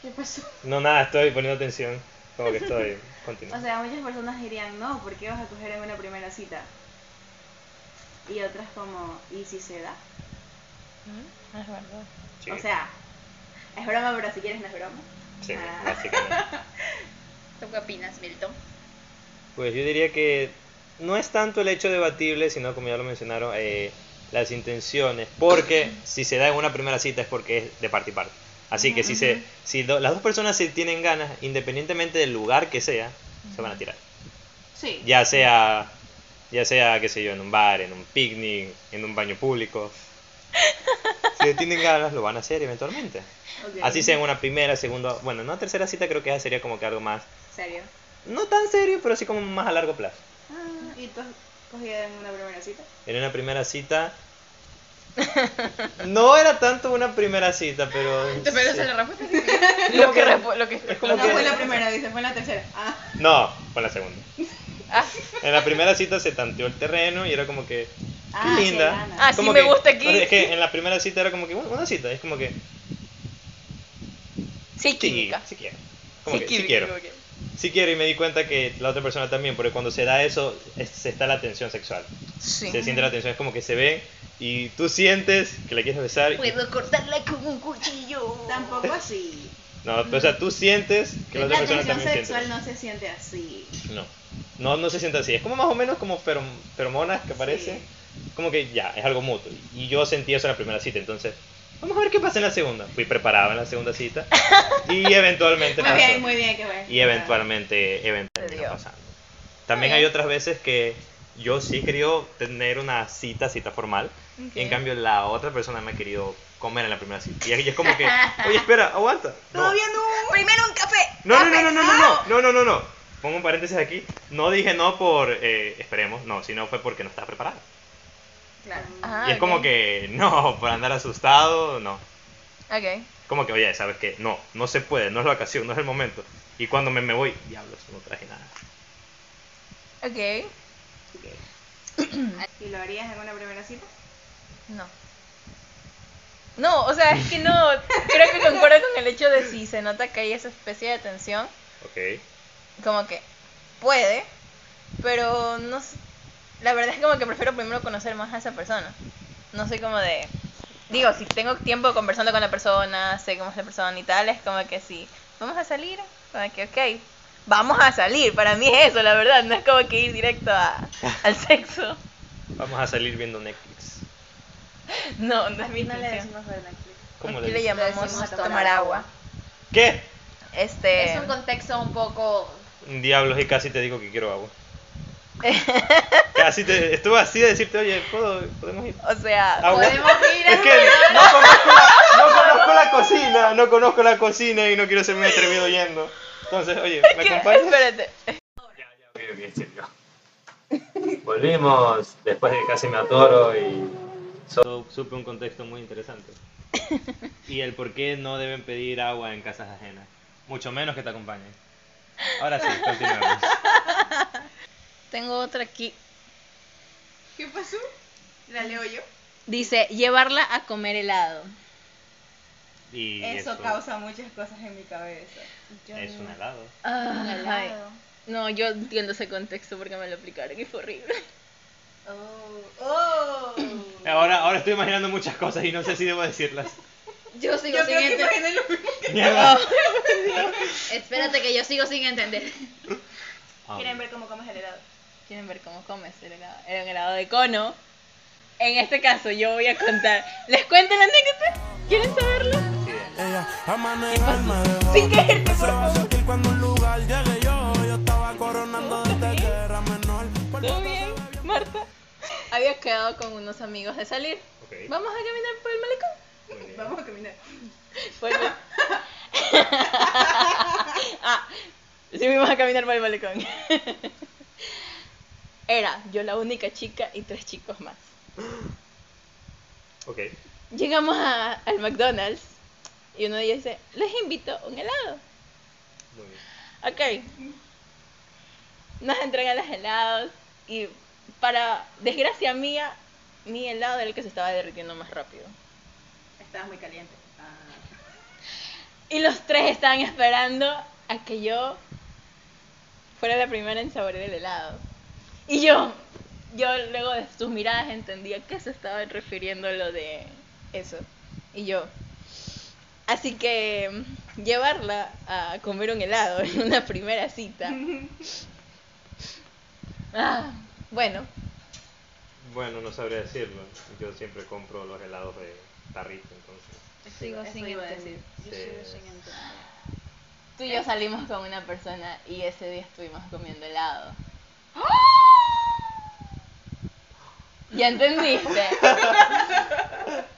¿Qué pasó? No, nada, estoy poniendo atención. Como que estoy. Continúa. O sea, muchas personas dirían, no, ¿por qué vas a coger en una primera cita? Y otras como, ¿y si se da? Es verdad. Sí, O sea, es broma, pero si quieres no es broma. sí, ah. básicamente. ¿Tú qué opinas, Milton? Pues yo diría que no es tanto el hecho debatible, sino como ya lo mencionaron, eh, las intenciones. Porque si se da en una primera cita es porque es de parte y parte. Así que si, se, si do- las dos personas se tienen ganas, independientemente del lugar que sea, se van a tirar. Sí. Ya sea, ya sea, qué sé yo, en un bar, en un picnic, en un baño público. que tienen ganas lo van a hacer eventualmente. Así sea en una primera, segunda, bueno, en una tercera cita creo que ya sería como que algo más, ¿Serio? no tan serio, pero sí como más a largo plazo. Ah, ¿y tú has cogido en una primera cita? En una primera cita... No era tanto una primera cita, pero... sí. respuesta. lo que repu- lo que Es como No que- fue la primera, dice, fue la tercera. Ah, No, fue la segunda. En la primera cita se tanteó el terreno y era como que. Qué Ah, qué linda. ganas. Ah, sí Como me que- gusta aquí. Es que en la primera cita era como que, bueno, una cita, es como que. Sí, Sí, química. sí quiero. Como que, sí química, quiero. como que- Sí quiero y me di cuenta que la otra persona también, porque cuando se da eso, es- se está la tensión sexual. Sí. Se siente la tensión, es como que se ve y tú sientes que la quieres besar. y- cortarla con un cuchillo. tampoco así. No, o sea, tú sientes que la La otra persona tensión también sexual siente. no se siente así. No. No, no se siente así. Es como más o menos como ferom- feromonas que aparecen. Como que ya, es algo mutuo. Y yo sentí eso en la primera cita, entonces. Vamos a ver qué pasa en la segunda. Fui preparado en la segunda cita. Y eventualmente Muy bien, pasó. muy bien, qué bueno. Y eventualmente, eventualmente Dios. pasando. También Muy hay bien. otras veces que yo sí he querido tener una cita, cita formal. Y en cambio la otra persona me ha querido comer en la primera cita. Y es como que, oye, espera, aguanta. No. no. Primero un café. No, no, no, no, no, Ah. no, no, no, no, no. Pongo un paréntesis aquí. No dije no por eh, esperemos, no, sino fue porque no estaba preparado. Claro. Ah, y es como ok. que no, por andar asustado, no. Ok. Como que, oye, sabes que no, no se puede, no es la ocasión, no es el momento. Y cuando me, me voy, diablos, no traje nada. Ok. ¿Y lo harías en una primera cita? No. No, o sea, es que no. Creo que concuerdo con el hecho de si se nota que hay esa especie de tensión. Ok. Como que puede. Pero no s- La verdad es como que prefiero primero conocer más a esa persona. No soy como de. Digo, si tengo tiempo conversando con la persona, sé cómo es la persona y tal, es como que sí. Vamos a salir. Como que, ok. Vamos a salir. Para mí es eso, la verdad. No es como que ir directo a- al sexo. Vamos a salir viendo Netflix. No, no es mi No le intención. decimos lo de Netflix. ¿Cómo Aquí le le dices? llamamos decimos tomar, agua. ¿Qué? Este. Es un contexto un poco. Diablos, y casi te digo que quiero agua. casi te. Estuve así de decirte, oye, ¿puedo, podemos ir. O sea, Agua. Podemos ir a Es que no conozco, la, no conozco la cocina, no conozco la cocina y no quiero ser muy atrevido yendo. Entonces, oye, ¿me acompañas? espérate. Volvimos después de que casi me atoro y... supe un contexto muy interesante. Y el por qué no deben pedir agua en casas ajenas. Mucho menos que te acompañen. Ahora sí, continuamos. Tengo otra aquí. ¿Qué pasó? La leo yo. Dice, llevarla a comer helado. Y Eso causa muchas cosas en mi cabeza. Es un helado. Ay. Ah, No, yo entiendo ese contexto porque me lo aplicaron y fue horrible. Oh, oh. Ahora, ahora estoy imaginando muchas cosas y no sé si debo decirlas. Yo sigo Yo creo sin que entender. imaginé lo mismo. Mierda. Espérate que yo sigo sin entender. Ah, ¿Quieren ver cómo comes el helado? Quieren ver cómo comes el helado. Era un helado de cono. En este caso, yo voy a contar. ¿Les cuento la anécdota? ¿Quieren saberlo? Ella a manejar me dejó. Sin querer, Se va a sentir cuando a un lugar llegue yo. Yo estaba coronando desde que era menor. Por ¿Todo poco se bien, bebió Marta? Había quedado con unos amigos de salir. ok, Vamos a caminar por el malecón. muy bien. Vamos a caminar. Por el- ah, sí, fuimos a caminar por el malecón. Era yo la única chica y tres chicos más. Ok. Llegamos a- al McDonald's y uno de ellos dice, les invito un helado. Muy bien. Ok. Nos entregan los helados y para desgracia mía, mi helado era el que se estaba derritiendo más rápido. Estabas muy caliente. Ah. Y los tres estaban esperando a que yo fuera la primera en saborear el helado. Y yo, yo luego de sus miradas entendía que se estaba refiriendo a lo de eso. Y yo, así que mm, llevarla a comer un helado en una primera cita. Ah, bueno, Bueno, no sabría decirlo. Yo siempre compro los helados de tarrito, entonces. sigo sin entender. Yo sigo sin Tú y yo salimos con una persona y ese día estuvimos comiendo helado. ¿Ya entendiste?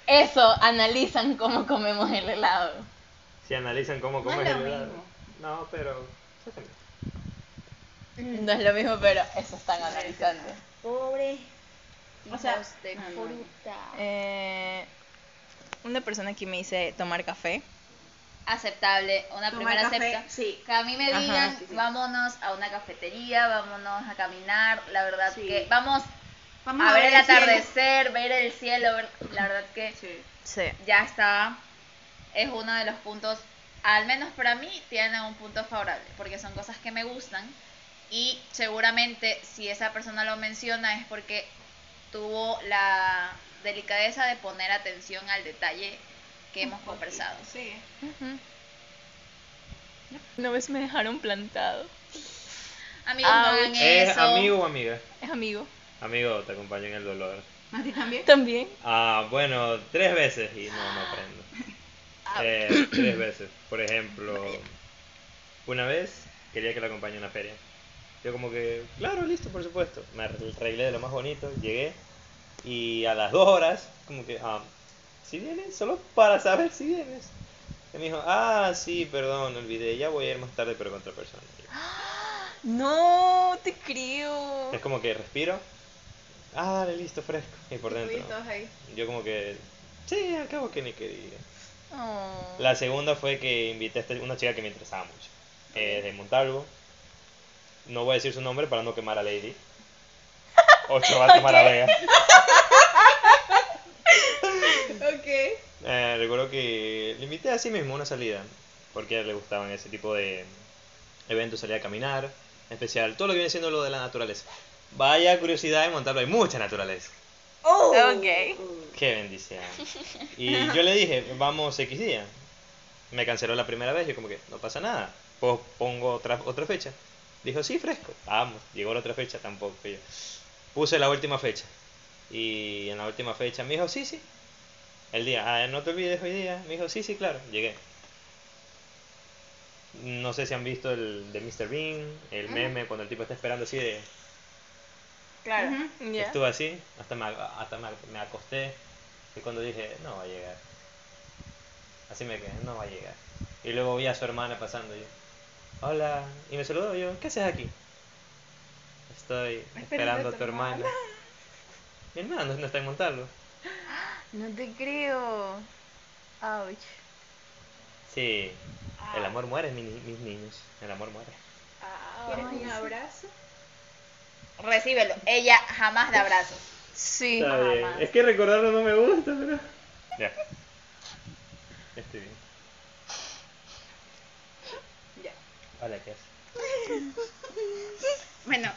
eso analizan cómo comemos el helado. Si analizan cómo No es comes lo el helado. mismo. No, pero. No es lo mismo, pero eso están analizando. Pobre. O sea, hijos de ah, no. fruta. Eh, una persona aquí me dice tomar café. aceptable, una Tomar primera café, acepta. sí. Que a mí me Ajá, digan, sí, sí. vámonos a una cafetería, vámonos a caminar, la verdad Sí. que vamos Vamos a ver el cielo. atardecer, ver el cielo, ver- la verdad que Sí. Sí. ya está, es uno de los puntos, al menos para mí, tiene un punto favorable, porque son cosas que me gustan y seguramente si esa persona lo menciona es porque tuvo la delicadeza de poner atención al detalle que hemos conversado. Sí. Una vez me dejaron plantado. Amigos, no hagan ¿Es eso. amigo o amiga? Es amigo. Amigo, te acompaño en el dolor. ¿A ti también? También. Ah, bueno, tres veces y no, no aprendo. Ah. Eh, tres veces. Por ejemplo, una vez quería que la acompañe a una feria. Yo como que, claro, listo, por supuesto. Me arreglé de lo más bonito, llegué y a las dos horas, como que, ah, si vienes, solo para saber si vienes. Y me dijo, ah, sí, perdón, olvidé, ya voy a ir más tarde, pero con otra persona. No, te creo. Es como que respiro, ah, dale, listo, fresco. Y por dentro, ahí. yo como que, sí, al cabo que ni quería. Oh. La segunda fue que invité a esta- una chica que me interesaba mucho, eh, de Montalvo. No voy a decir su nombre para no quemar a Lady. Ocho va a quemar a Vega. Ok. Eh, recuerdo que le invité a sí mismo a una salida, porque a él le gustaban ese tipo de eventos, salir a caminar, en especial todo lo que viene siendo lo de la naturaleza. Vaya curiosidad, en Montalvo hay mucha naturaleza. Oh. Ok. Qué bendición. Y yo le dije, vamos X día. Me canceló la primera vez, yo como que, no pasa nada. Pues pongo otra, otra fecha. Dijo, sí, fresco. Vamos, llegó la otra fecha tampoco. y yo, puse la última fecha. Y en la última fecha me dijo, sí, sí. El día, ah, no te olvides hoy día. Me dijo, sí, sí, claro. Llegué. No sé si han visto el de Mr. Bean, el meme, cuando el tipo está esperando así de... Claro. Ya. Estuve así, hasta me, hasta me, me acosté. Y cuando dije, no va a llegar. Así me quedé, no va a llegar. Y luego vi a su hermana pasando y yo, hola. Y me saludó yo, ¿qué haces aquí? Estoy esperando a tu hermana. Mi hermana no- no está en montarlo. No te creo. Ouch. Ah. Sí, el amor muere, mi ni- mis niños. El amor muere. ¿Quieres un abrazo? Recíbelo. Ella jamás da abrazos. Sí. Es que recordarlo no me gusta, pero. Ya. Ya Estoy bien. Ya. Hola, ¿qué haces? Bueno,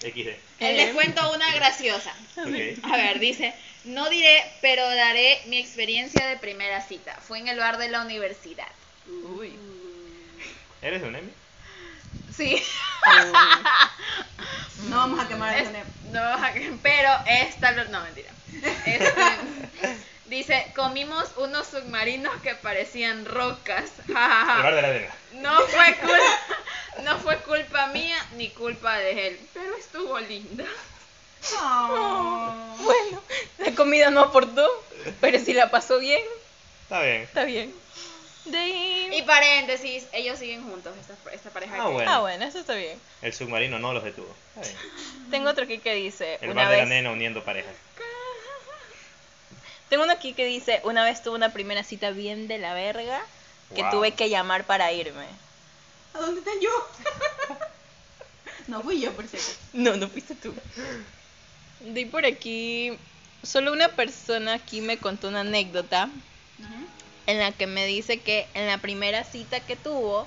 XD. les cuento una graciosa. Ok. A ver, dice, no diré, pero daré mi experiencia de primera cita. Fue en el bar de la universidad. Uy. ¿Eres un Emmy? Sí, No vamos a quemar el es- sonero. no, pero es tal vez, no, mentira. Este, dice, comimos unos submarinos que parecían rocas. Ja, ja, ja. El bar de la arena. No fue culpa, no fue culpa mía ni culpa de él, pero estuvo linda. Oh. Bueno, la comida no aportó, pero si la pasó bien, Está bien. está bien. De ahí- Y paréntesis, ellos siguen juntos, esta, esta pareja. Ah, bueno. Ah, bueno, eso está bien. El submarino no los detuvo. Está bien. Tengo otro aquí que dice, El una bar de la vez... nena uniendo parejas. Tengo uno aquí que dice, una vez tuve una primera cita bien de la verga, que Wow. tuve que llamar para irme. ¿A dónde está yo? no fui yo, por cierto. No, no fuiste tú. De ahí por aquí, solo una persona aquí me contó una anécdota en la que me dice que en la primera cita que tuvo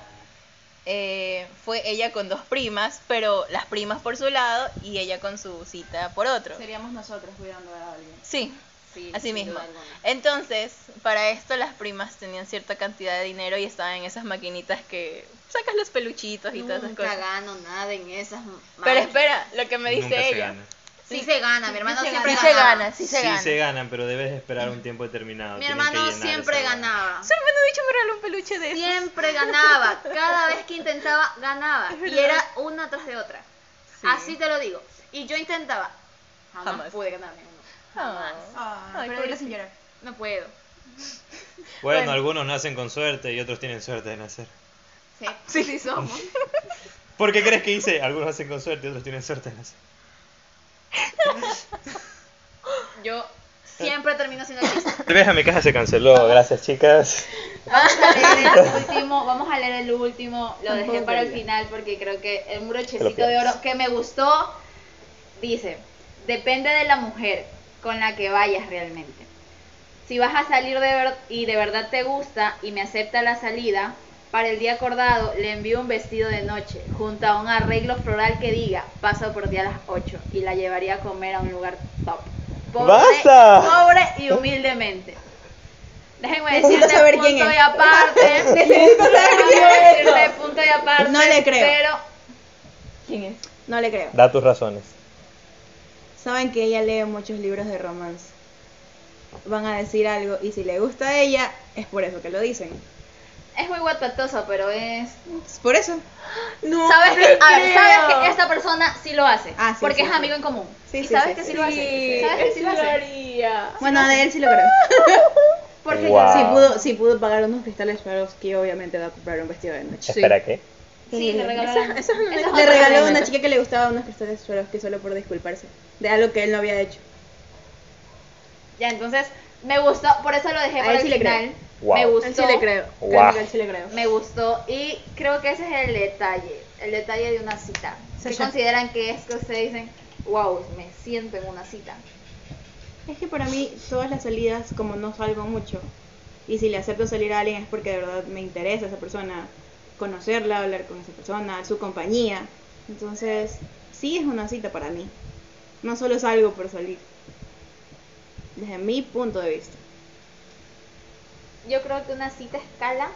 eh, fue ella con dos primas, pero las primas por su lado y ella con su cita por otro. Seríamos nosotros cuidando a alguien. Sí, Sí, así sin mismo. duda alguna. Entonces, para esto las primas tenían cierta cantidad de dinero y estaban en esas maquinitas que sacas los peluchitos y todas esas Nunca cosas. gano nada en esas. Pero madres. espera, lo que me dice Nunca se ella. gana. Sí se gana, mi hermano se siempre Sí se ganaba. gana, sí se sí gana. se ganan, pero debes esperar un tiempo determinado. Mi Tienen que hermano llenar esa siempre vaina. ganaba. Su hermano de hecho me regaló un peluche de eso. Siempre ganaba. Cada vez que intentaba, ganaba. Y era una tras de otra. Así te lo digo. Y yo intentaba. Jamás, Jamás. pude ganar. mi hermano. Jamás. Ah, Ay, pero pero pobrecito. sin llorar. No puedo. Bueno, algunos nacen con suerte y otros tienen suerte de nacer. Sí, sí, somos. ¿Por qué crees que hice? Algunos nacen con suerte y otros tienen suerte de nacer. Yo siempre termino siendo chiste. Tal vez a mi casa se canceló, gracias chicas. Vamos a leer el último, vamos a leer el último, lo dejé para el final porque creo que el brochecito de oro que me gustó dice, depende de la mujer con la que vayas realmente. Si vas a salir de ver- y de verdad te gusta y me acepta la salida, para el día acordado le envío un vestido de noche junto a un arreglo floral que diga, paso por ti a las 8 y la llevaría a comer a un lugar top. ¡Basta! pobre y humildemente. Déjenme Necesito decirte saber punto quién es. y aparte. Necesito saber quién es. Déjame decirte punto y aparte. No le creo. Pero ¿Quién es? No le creo. Da tus razones. Saben que ella lee muchos libros de romance. Van a decir algo y si le gusta a ella, es por eso que lo dicen. es muy guapatoso, pero es. Es por eso. No. sabes que, a ver, sabes que esta persona sí lo hace. Ah, sí, porque sí, es sí. amigo en común. Sí, y sí, sabes sí, que sí, sí. lo hace. Sabes que sí lo hace. Bueno, de él sí lo creo. Porque Guau. Si pudo, si pudo pagar unos cristales Swarovski, obviamente va a comprar un vestido de noche. Espera, ¿qué? sí, le regalaron. Esa es una Esa es Le otra regaló a elemento. una chica que le gustaba unos cristales Swarovski solo por disculparse de algo que él no había hecho. Ya, entonces me gustó, por eso lo dejé A para él el sí le creo. final. Guau. Me A él gustó. Él sí le creo. Guau. Él sí le creo. Me gustó y creo que ese es el detalle, el detalle de una cita. ¿Qué Sasha. consideran que es que ustedes dicen, wow, me siento en una cita? Es que para mí todas las salidas como no salgo mucho y si le acepto salir a alguien es porque de verdad me interesa esa persona, conocerla, hablar con esa persona, su compañía. Entonces, sí es una cita para mí. No solo salgo por salir. Desde mi punto de vista. Yo creo que una cita escala,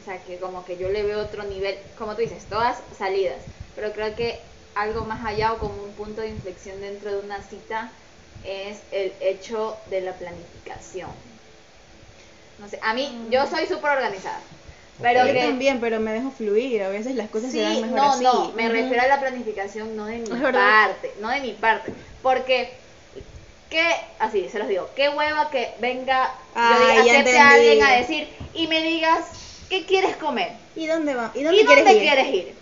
o sea, que como que yo le veo otro nivel, como tú dices, todas salidas, pero creo que algo más allá o como un punto de inflexión dentro de una cita es el hecho de la planificación. No sé, a mí, yo soy súper organizada, pero Ok. Yo que- también, pero me dejo fluir. A veces las cosas se dan Sí, mejor no, así. no, me Ujú. refiero a la planificación, no de mi Es verdad. parte, no de mi parte, porque que así se los digo, qué hueva que venga yo diga, Ay, ya acepte a entendí. alguien a decir y me digas qué quieres comer ¿Y dónde va? ¿Y y dónde quieres ir? quieres ir.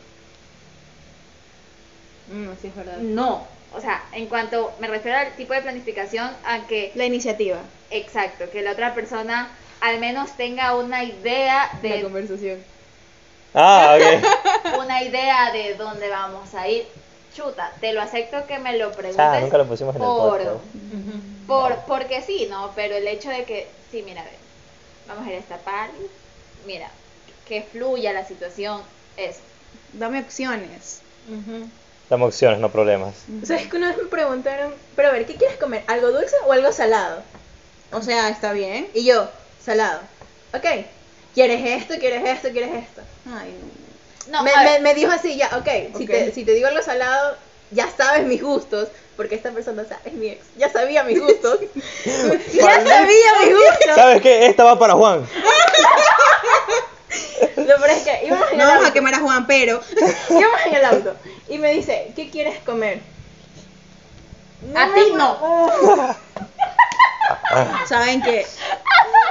Mm, sí es verdad. No, o sea, en cuanto me refiero al tipo de planificación a que La iniciativa, exacto, que la otra persona al menos tenga una idea La de conversación. Ah, ok. una idea de dónde vamos a ir. Chuta, te lo acepto que me lo preguntes. Chá, nunca lo pusimos en el por- podcast. Por, porque sí, ¿no? Pero el hecho de que, sí, mira, a ver, vamos a ir a esta party, mira, que fluya la situación, eso. dame opciones. Damos opciones, no problemas. O sea, es que una vez me preguntaron, pero a ver, ¿qué quieres comer? ¿Algo dulce o algo salado? O sea, está bien. Y yo, salado. Ok, ¿quieres esto, quieres esto, quieres esto? Ay, no. No, me, a me- ver, me dijo así, ya, ok, Si, Ok. te, si te digo algo salado, ya sabes mis gustos, porque esta persona, o sea, es mi ex, ya sabía mis gustos. ya sabía mis gustos. ¿Sabes qué? Esta va para Juan. Lo peor es que íbamos en, No el vamos a auto, quemar a Juan, pero. íbamos en el auto y me dice, ¿qué quieres comer? a ti no. Saben que.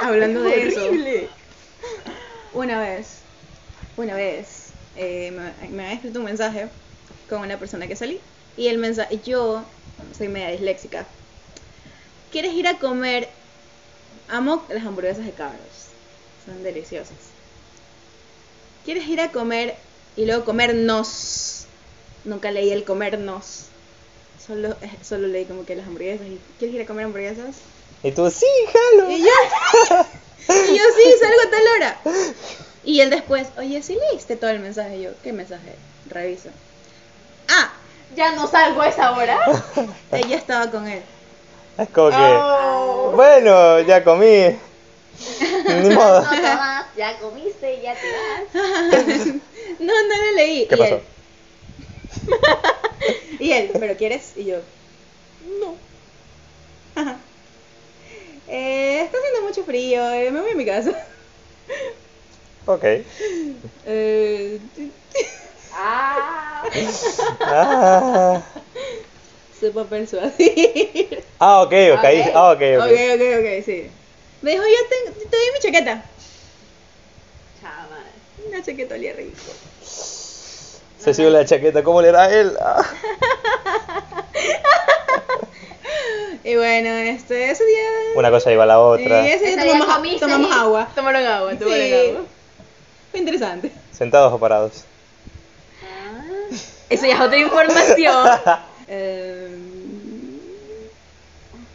Hablando de eso. Una vez. Una vez. eh, me, me había escrito un mensaje con una persona que salí. Y el mensaje. Yo soy media disléxica. ¿Quieres ir a comer? Amo las hamburguesas de cabros. Son deliciosas. ¿Quieres ir a comer y luego comernos? Nunca leí el comernos. Solo, eh, solo leí como que las hamburguesas. y, ¿Quieres ir a comer hamburguesas? Y tú, sí, jalo. Y yo, y yo sí, salgo a tal hora. Y él después, Pues, oye, sí leíste todo el mensaje. Y yo, ¿qué mensaje? Reviso. Ah, Ya no salgo a esa hora. ella estaba con él. Es como que. Bueno, ya comí. Ni modo. No, tomas, ya comiste, ya te vas. No, no lo leí. ¿Qué y pasó? Él, y él, ¿pero quieres? Y yo, no. Eh, está haciendo mucho frío, eh, me voy a mi casa. Ok. Eh, Ah, Ah. sepa persuadir. Ah, ok, ok. Ah, ok, ok. Ok, ok, ok, sí. Me dijo, yo te, te doy mi chaqueta. Chama. Una chaqueta olía rico. Se sube la chaqueta, ¿cómo le era él? Ah. Y bueno, este, ese día... Una cosa lleva a la otra. Y ese día Ese día tomamos, comiste tomamos y- agua. Tomaron agua, Sí. tomaron agua. Fue interesante. Sentados o parados. Eso ya es otra información. Eh,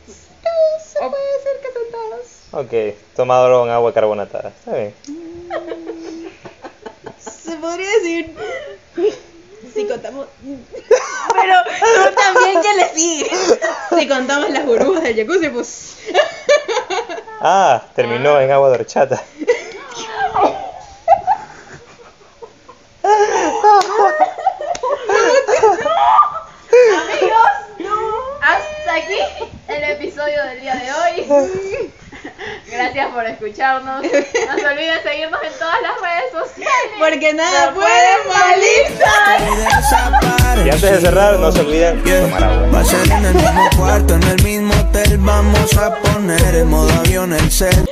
se puede ser que sentados. Ok, tomado con agua carbonatada. Está bien. Se podría decir... Si contamos... Tú también que le sigue. Si contamos las burbujas del jacuzzi, pues... Ah, terminó en agua de horchata. Hasta aquí el episodio del día de hoy. Gracias por escucharnos. No se olviden seguirnos en todas las redes sociales. Porque nada puede salir. Y antes de cerrar, no se olviden tomar agua. Va a ser en el mismo cuarto, en el mismo hotel. Vamos a poner en modo avión el set.